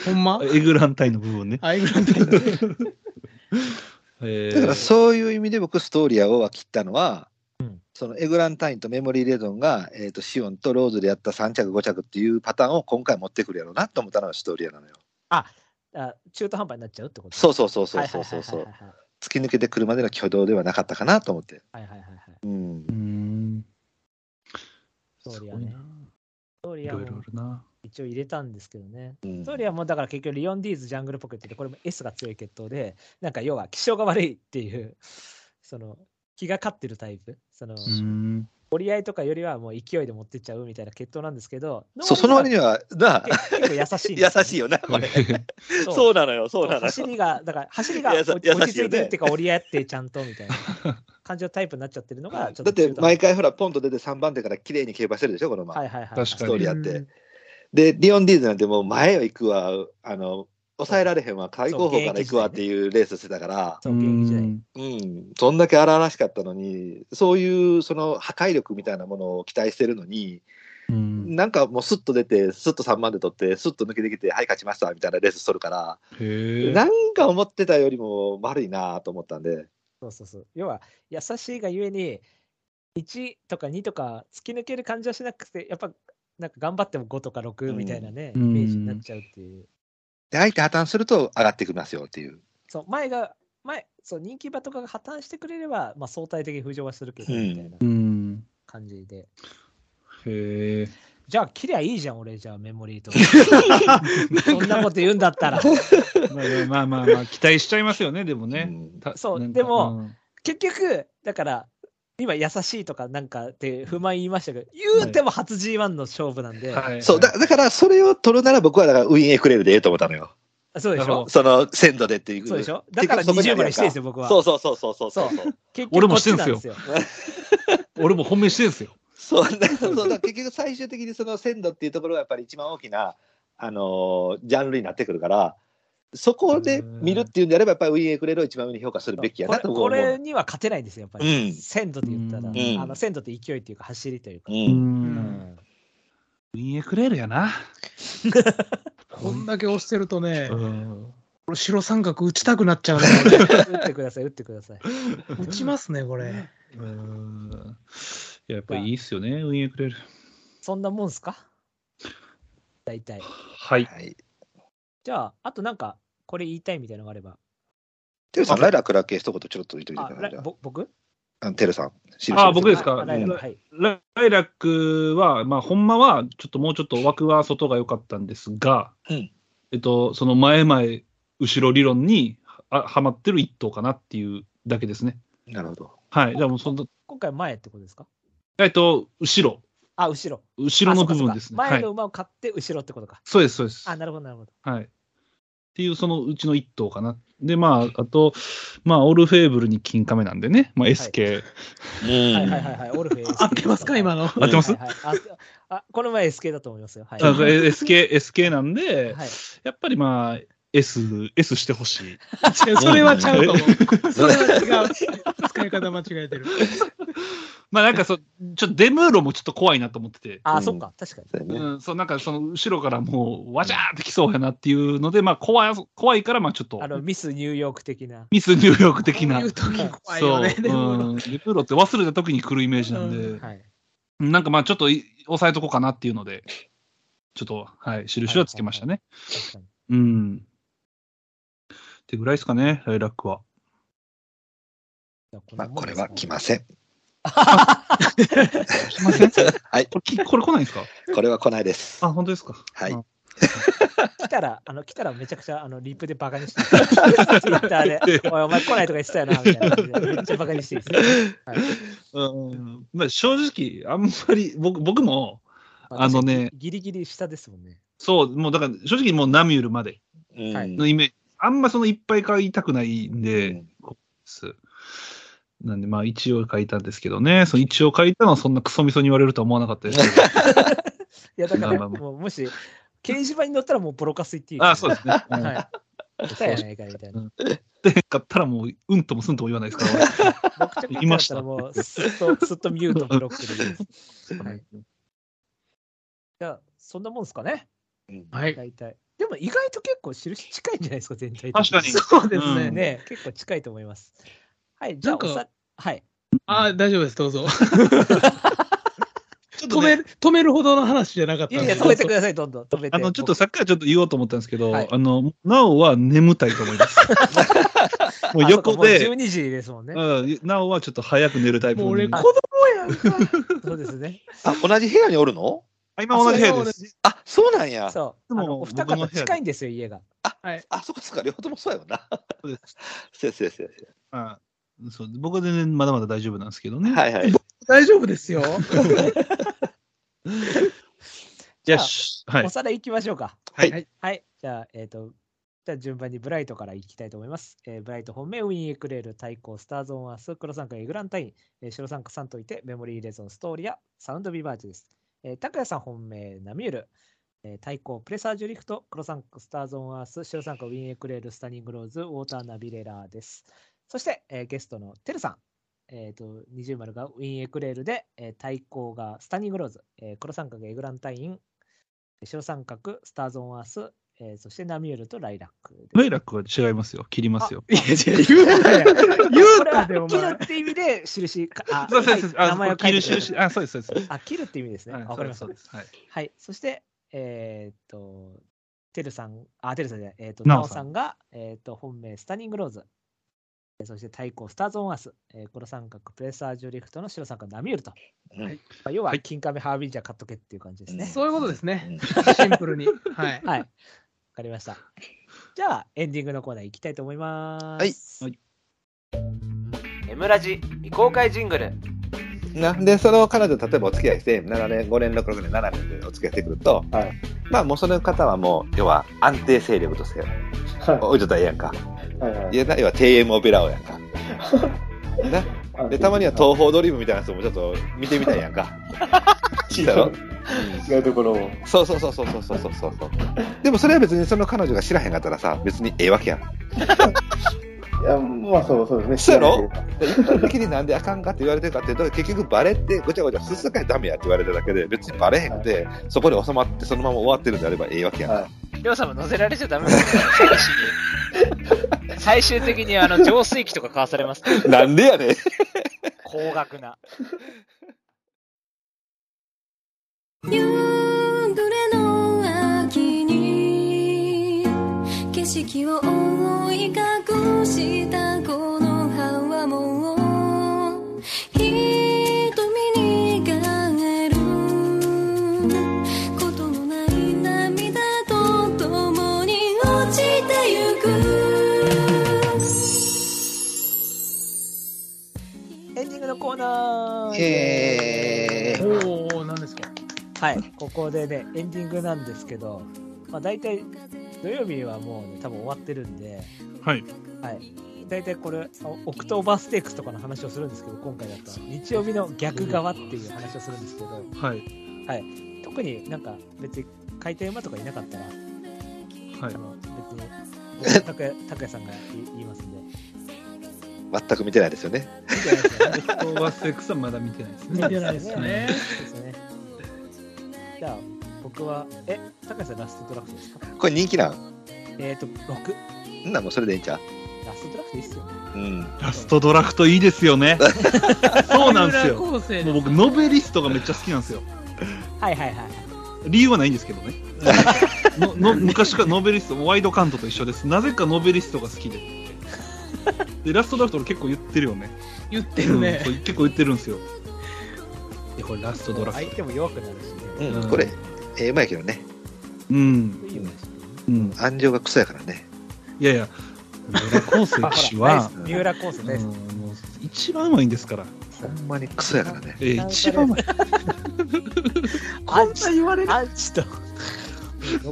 ほんま エグランタイの部分ね。アイグランドリーえだからそういう意味で僕、ストーリアをは切ったのは、うんそのエグランタインとメモリー・レゾンが、えー、とシオンとローズでやった3着、5着っていうパターンを今回持ってくるやろうなと思ったのがストーリアなのよ。あ中途半端になっちゃうってことそううそうそうそうそうそうそう。はい突き抜けてくるまでの挙動ではなかったかなと思って。はいはいはいはいはいはいはい。うんうーん。ストーリアすごいねな。ストーいリアろいもろあるな。一応入れたんですけどね。うんストーリアもだから結局リオンディーズジャングルポケットでこれも S が強い血統でなんか要は気性が悪いっていうその気が勝ってるタイプそのうー ん。折り合いとかよりはもう勢いで持ってっちゃうみたいな血統なんですけどそうその割には、なあ、結構優しいんですよね、優しいよな、これ。そうそうなのよ、そうなのよ。走りがだから走りがいや落さち優しいよね落ち着いてるっていうか折り合ってちゃんとみたいな感じのタイプになっちゃってるのがちょっとだって中途半毎端回ほら、ポンと出て3番手から綺麗に競馬してるでしょ、この馬。はいはいはいはい確かスにトーリやアって。。で、リオン・ディーズなんてもう前を行くわ、あの、抑えられへんわ、開後方から行くわっていうレースしてたから、そう現役時代うん、そんだけ荒々しかったのに、そういうその破壊力みたいなものを期待してるのに、うん。なんかもうスッと出て、スッと3番で取って、スッと抜けてきて、はい、勝ちましたみたいなレースしとるから、へえ。なんか思ってたよりも悪いなと思ったんで、そうそうそう。要は、優しいがゆえに、1とか2とか突き抜ける感じはしなくて、やっぱ、なんか頑張っても5とか6みたいなね、うんイメージになっちゃうっていう。で相手破綻すると上がってきますよっていう。そう、前が、前、そう、人気馬とかが破綻してくれれば、まあ、相対的に浮上はするけど、うんみたいなうん。感じで。へえ。じゃあ、切りゃいいじゃん、俺、じゃあ、メモリー とか。そんなこと言うんだったら。まあまあまあ、期待しちゃいますよね、でもね。うんたそうなんかでも、結局、だから、今、優しいとかなんかって不満言いましたけど、言うても初 G1 の勝負なんで、うんはいそうだだからそれを取るなら僕はだからウィン・エクレルでええと思ったのよ。あそうでしなるょほその鮮度でっていう。そうでしょだから結局そこ20まにあるでやん指定かですよ、僕は。そうそうそうそうそうそう。結局俺もこっしてちんすなんよですよ。俺も本命してるんですよ。そうだそうだ結局最終的にその鮮度っていうところがやっぱり一番大きな、あのージャンルになってくるからそこで見るっていうんであればやっぱりウィン・エクレルを一番上に評価するべきやこなれと僕はこ思う。れには勝てないんですよ、やっぱうり。ん鮮度で言ったら、うんあの鮮度って勢いというか、走りというか。ううんん。ウィンエクレールやな。こんだけ押してるとね、うん。俺白三角打ちたくなっちゃうね。打ってください、打ってください。打ちますね、これ。うんいややっぱいいっすよね、ウィンエクレール。そんなもんすか大体。はい。はい、じゃあ、あとなんか、これ言いたいみたいなのがあれば。テルさん、ライラークラーケ一言ちょろっと言ってあ、くられたぼ僕ら、テルさん。あ僕ですかあライラはい。ライラックは、まあ、ほんまは、ちょっともうちょっと枠は外が良かったんですが、うんえっと、その前前、後ろ理論にははまってる一頭かなっていうだけですね。なるほど。はい。じゃあもうその、今回前ってことですかえっと、後ろ。あ、後ろ。後ろあそのうか部そう分かですね。は前いの。馬を買って後ろってことか。そうです、そうです。あ、なるほど、なるほど。はい。っていう、そのうちの一頭かな。で、まあ、あと、まあ、オールフェーブルに金亀なんでね。まあ、SK。うはいはいはいはい。オルフェ 合ってますか、今の。の。合ってますはいはいああ、この前 SK だと思いますよ。はい。あそう SK、SK なんで、はいやっぱりまあ、S、S してほしい。違うそれはちゃうと思う。それは違う。使い方間違えてる。まあ、なんかそう、ちょっとデムーロもちょっと怖いなと思ってて。あ、うんそっか、確かに。そうやねうん、そう、なんかその後ろからもう、わちゃーってきそうやなっていうので、まあ、怖い、怖いから、まあ、ちょっとあ、の、ミスニューヨーク的な。ミスニューヨーク的な。こういう時怖いそよう、ね。でもうん、デムーロって忘れた時に来るイメージなんで、うはい。なんかまあちょっとい抑えとこうかなっていうので、ちょっと、はい、印はつけましたね。確かに。うん。ってぐらいですかね、ライラックは。じゃあまあ、これは来まません。すいま せん。こはい。れき、これ来ないんですかこれは来ないです。あ、本当ですか。はいあ。来たら、あの、来たらめちゃくちゃ、あの、リップでバカにして。ツイッタ ーで、おい、お前来ないとか言ってたよな、みたいな感じで。めっちゃバカにしていいです。はいうん。まあ正直、あんまり、僕、僕も、 あのね。ギリギリ下ですもんね。そう、もうだから正直もうナミュールまでうんはいのイメージ、あんまそのいっぱい買いたくないんで、うんすなんでまあ一応書いたんですけどね、その一応書いたのはそんなクソみそに言われるとは思わなかったですけどいや、だから、まあまあまあもうもし、掲示板に乗ったらもうボロカス言っていいあそうですね。うんはい。来たやないかいみたい な。って買ったらもう、うんともすんとも言わないですから。僕ちゃいましたらもう、すっと、すっとミュートブロックでいいです。はい。じゃあ、そんなもんですかね。うんはい。大体。でも意外と結構印近いんじゃないですか、全体的確かに。そうですうね。んね結構近いと思います。はい、じゃあ、なんかおさはい。あ大丈夫です、どうぞ。ちょっ止とめね、る、止めるほどの話じゃなかっいたんやでいや、止めてください、どんどん。止めて。あの、ちょっとさっきからちょっと言おうと思ったんですけど、はいあの、なおは眠たいと思います。あ、もう横そうで、かもう12時ですもんね。うん、なおはちょっと早く寝るタイプもう俺、人子間供やんか。そうです ね。あ、同じ部屋におるのあ今同じ部屋です。あ、そうなんや。そう。でもあのお二僕の方部屋近いんですよ、家が。あ、そっかそっか、両方ともそうやもんな。そうですそうやそうやそうはいそう僕は全然まだまだ大丈夫なんですけどね。や。はいはい。大丈夫ですよ。いや、じゃあしはいお。さらい行きましょうか。はいはい。じゃあ、えっ、と、じゃあ順番にブライトから行きたいと思います。えーブライト本命、ウィン・エクレール、対抗、スターズ・オン・アース、黒三角、エグランタイン、えー白三角、サントイテ、メモリー・レゾン、ストーリア、サウンド・ビバーチュです。えー、拓也さん本命、ナミュール、えー対抗、プレサージュ・リフト、黒三角、スターズ・オン・アース、白三角、ウィン・エクレール、スタニング・ローズ、ウォーター・ナビレラーです。そして、えーゲストのテルさん。えっ、と、二重丸がウィン・エクレールで、えー対抗がスタニング・ローズ、えー黒三角、エグランタイン、白三角、スターズ・オン・アース、えーそしてナミュールとライラッ クです。ライラックは違いますよ。切りますよ。いや、違う言うなよ。言うこれなはでお切る前。って意味で 印か、あ、そうそうそうはい名前あを書いて切るくれる印。あ、そうです、そうです。あ、切るって意味ですね。はいあわかりましたそう。ですそうですはいはい。そして、えーっと、てるさん、あ、てるさんじゃない、えーっと、ななおおささんんが、えーっと、本命、スタニングローズ。えーそして対抗、スターズ・オン・アース、えー、黒三角、プレサージュ・リフトの白三角、ナミュールと。うんはいまあ要はは、い金亀ハービンジャー買っとけっていう感じですね。そういうことですうね。んシンプルに。はい。はい。わかりました。じゃあ、エンディングのコーナー行きたいと思います。はいエムラジ未公開ジングルなんでその彼女と例えばお付き合いして7年5年6年7年でお付き合いしてくると、はいまあもうその方はもう要は安定勢力としておいちょったらええやんか、いやな要は TM オペラをやんかなでたまには東方ドリームみたいなやつもちょっと見てみたいやんか違うやろ違うところを。そうそうそうそうそうそうそうそうでもそれは別にその彼女が知らへんかったらさ別にええわけやんいや、まあそうそうですね。そうやろで一般的になんであかんかって言われてるかっていうと結局バレってごちゃごちゃすすかいダメやって言われてるだけで別にバレへんくて、そこで収まってそのまま終わってるんであればええわけやん、はりょうさんも乗せられちゃダメですよ、話に。 最終的にあの浄水器とか買わされますからなんでやねん高額な。夕暮れの秋に景色を覆い隠したこの葉はもう瞳に輝ることのない涙と共に落ちてゆくーナーえーおーおー、何ですかはい、ここでね、エンディングなんですけど、まあ、大体土曜日はもうね、多分終わってるんで、はい。はい、大体これ、おオクトーバーステークスとかの話をするんですけど、今回だと、日曜日の逆側っていう話をするんですけど、はい。特になんか別に回転馬とかいなかったら、あはい。の別に、たくや拓也さんが言言いますんで、全く見てないですよね。いいじゃないですかオーバーステックスはまだ見てないですね。見てないですね。そうですね。じゃあ、僕は、え、拓也さんラストドラフトですかこれ人気なんえっ、ー、と、6。んなんもうそれでいいんちゃうラストドラフトいいっすよね。うん。ラストドラフトいいですよ ね。そうなんですよ。三浦康生もでう僕、ノベリストがめっちゃ好きなんですよ。はいはいはい。理由はないんですけどね。のの昔からノベリスト、ワイドカントと一緒です。なぜかノベリストが好きで。で、ラストドラフト俺結構言ってるよね。言ってるうんねそ。う結構言ってるんですよ。で、これラストドラフ相ト。手も弱くなるしね。うんこれ、えー、うまいけどね。うん。いいよね。うん。安城がクソやからね。いやいや、三浦あ康生ほ氏らナはイス、三浦コースうでんす。もう一番うまいんですから。ほんまにクソやからね。えー一番うまい。アンチ言われるアンチと。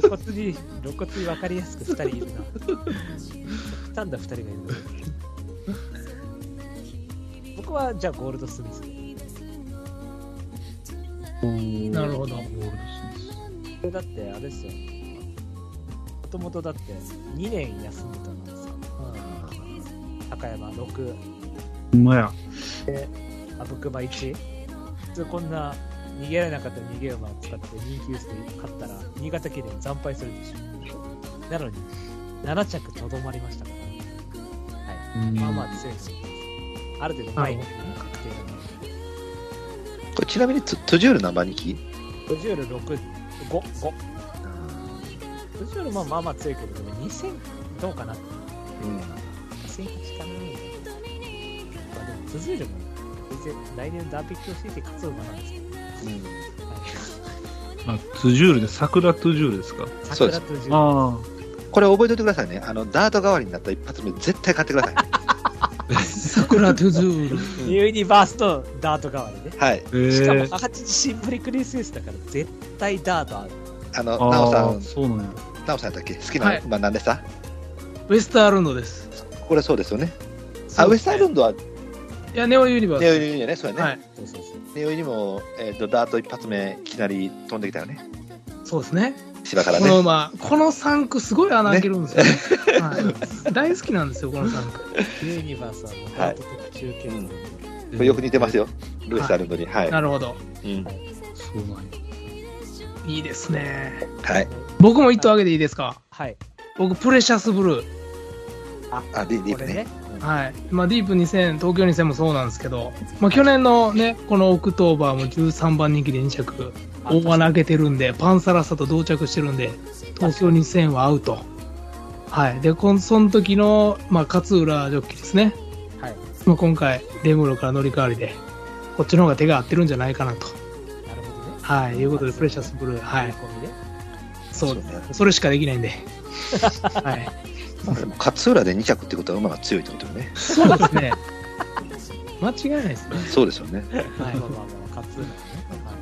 露骨に、露骨に分かりやすく二人いるな。極端だ二人がいるな。僕はじゃあゴールドスミス。なるほど。これだってあれですよもともとだって2年休んでたんですよ、高山6ほんまや。阿部熊1普通こんな逃げられなかった逃げ馬を使って人気薄で勝ったら新潟県で惨敗するでしょなのに7着とどまりましたから、はいまあまあ強いですよある程度前に確定なのでこれちなみにトトジュール何番人気ドジュール6、5、5。ドジュールまあまあまあ強いけど、でも2000どうかな。2008かな。まあでも、続いても、全然来年ダービックをして勝つ馬なんですけど。あ、トゥジュールで、桜トゥジュールですか。そうで桜すとジューあこれ覚えておいてくださいね。あの、ダート代わりになった一発目、絶対買ってください。 桜トゥズール。ル。ユニバースとダート代わりね。はい。あ。えしかも、え。 8時シンプリクリスエスだから、絶対ダートある。あの、ナオさああ、ん、そうなんや。ナオさんやったっけ好きはない馬何でしたウェスターランドです。これそうですよね。あ、ウェスタールンドは、いや、ネオユニバネオーユニよね、そうス。やはね。い。そうそうそう。ネオユニも、えっと、ダート一発目、いきなり飛んできたよね。そうですね。芝からこのね。馬、この3区すごい穴開けるんですよね。はい大好きなんですよ、この3区。ユニバースはもうダート特急券なんで、これよく似てますよ。ウェスタールンドに。はい。なるほど。うんそうなんや。いいですね。はい。僕も1頭上げていいですかはい。僕、プレシャスブルー。あ、ディディーこプれねね。。はい。まあ、ディープ2000、東京2000もそうなんですけど、まあ、去年のね、このオクトーバーも13番人気で2着、大穴開けてるんで、パンサラッサと同着してるんで、東京2000はアウト。はい。で、こんその時の、まあ、勝浦ジョッキーですね。はい。まあ、今回、レムロから乗り換わりで、こっちの方が手が合ってるんじゃないかなと。なるほどね。はい。いうことで、プレシャスブルー。はい。込みね。そうそうね。それしかできないんで。はい。まあでも勝浦で2着ってことは馬が強いってことよね。そうですね。間違いないですね。そうですよね。はいまあ。まあまあ、勝つのね。は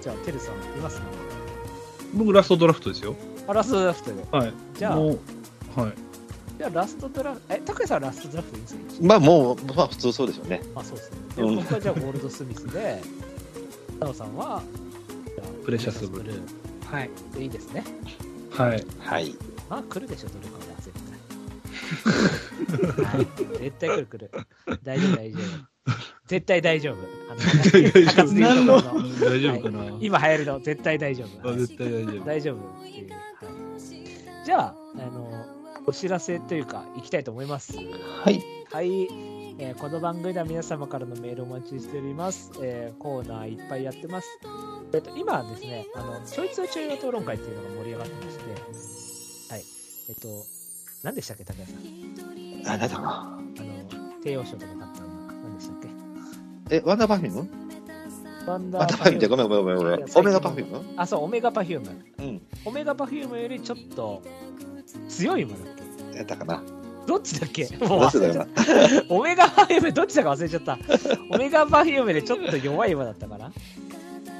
い。じゃあ、てるさん、いますね。僕、ラストドラフトですよ。あ、ラストドラフトで。はい。じゃあもうはい。じゃあ、ラストドラフト、え、高橋さんはラストドラフトいいんですかまあもう、まあ普通そうですよね。まあ、そうですね。でうん僕はじゃあ、ゴールドスミスで、太郎さんは、じゃあプレシャスブループレシャスはい。ブルーでいいですね。はい。はい。まあ、来るでしょ、どれかは、絶対。はい絶対来る来る。大丈夫、大丈夫。絶対大丈夫。あの、高津でいうところの。大丈夫かな、はい今流行るの絶対大丈夫、あ絶対大丈夫。大丈夫っていう、はい、じゃああのお知らせというかいきたいと思いますはい。はい、えーこの番組では皆様からのメールをお待ちしております、えーコーナーいっぱいやってます、えっと、今はですねあのちょいちょいちょいの討論会っていうのが盛り上がってましてはいえっと何でしたっけ高橋さんあなたが。あの帝王賞とか買ったの何でしたっけえ、ワンダーパフュームワンワンダーパフュームってごめんごめんごめんごめいやん。最近オメガパフュームあそうオメガパフュームうん。オメガパフュームよりちょっと強いものだっけやったかな。どっちだっけもうどうし忘てだれろうちゃなった。オメガバイオメ、どっちだか忘れちゃった。オメガバイオメでちょっと弱い馬だったかな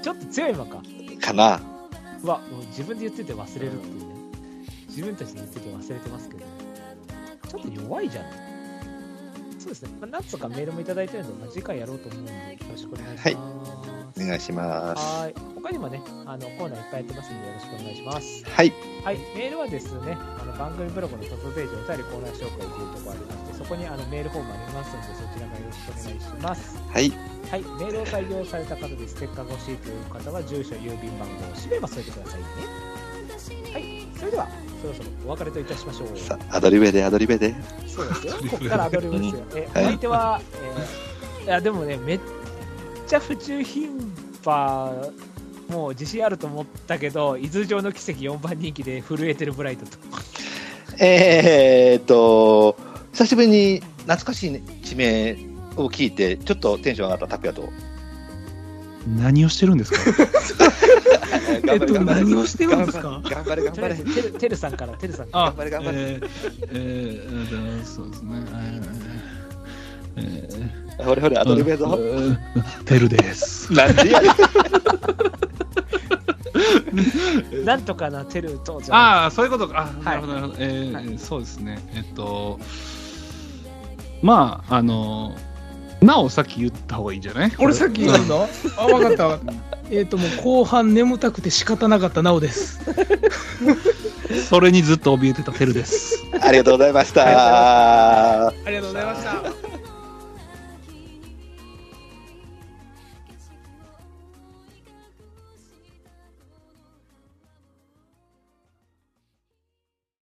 ちょっと強い馬か。かなうわ、もう自分で言ってて忘れるっていうね。自分たちで言ってて忘れてますけど。ちょっと弱いじゃないそうですね。まあ、なんとかメールもいただいてるので、まあ、次回やろうと思うので、よろしくお願いします。お願いしますはーい。他にもね、あの、コーナーいっぱいやってますんで、よろしくお願いします。はいはい。メールはですね、あの、番組ブログのトップページ、お便りコーナー紹介というところありまして、そこにあの、メールフォームありますので、そちらからよろしくお願いします。はいはい。メールを採用された方でステッカーが欲しいという方は、住所、郵便番号を知れば添えてくださいね。はい。それでは、そろそろお別れといたしましょう。さアドリブやでアドリブやでそうですよ。ここからアドリブですよ。え、はいお相手は、えーいや、でもね、めっちゃ府中牝馬、もう自信あると思ったけど、伊豆上の奇跡4番人気で震えてるブライトと。えーっと久しぶりに懐かしい地名を聞いてちょっとテンション上がった拓也と何をしてるんですかえっと、何をしてるんですか頑張れ頑とりあ張えれず、てるてるさんから、てるさんから。あ頑、張れえ頑張れー、えー、えーそうですね。えーえーほれほれアドリブやぞうんテルです。なんでやねんなんとかな、てると、じゃあ、ああ、そういうことか。いあ、なるほど、なるほど。えーはそうですね。えっと、まあ、あの、なおさっき言った方がいいんじゃない俺さっき言うののあ、わかったわかった。えっと、もう後半眠たくて仕方なかったなおです。それにずっと怯えてたテルです。ありがとうございました。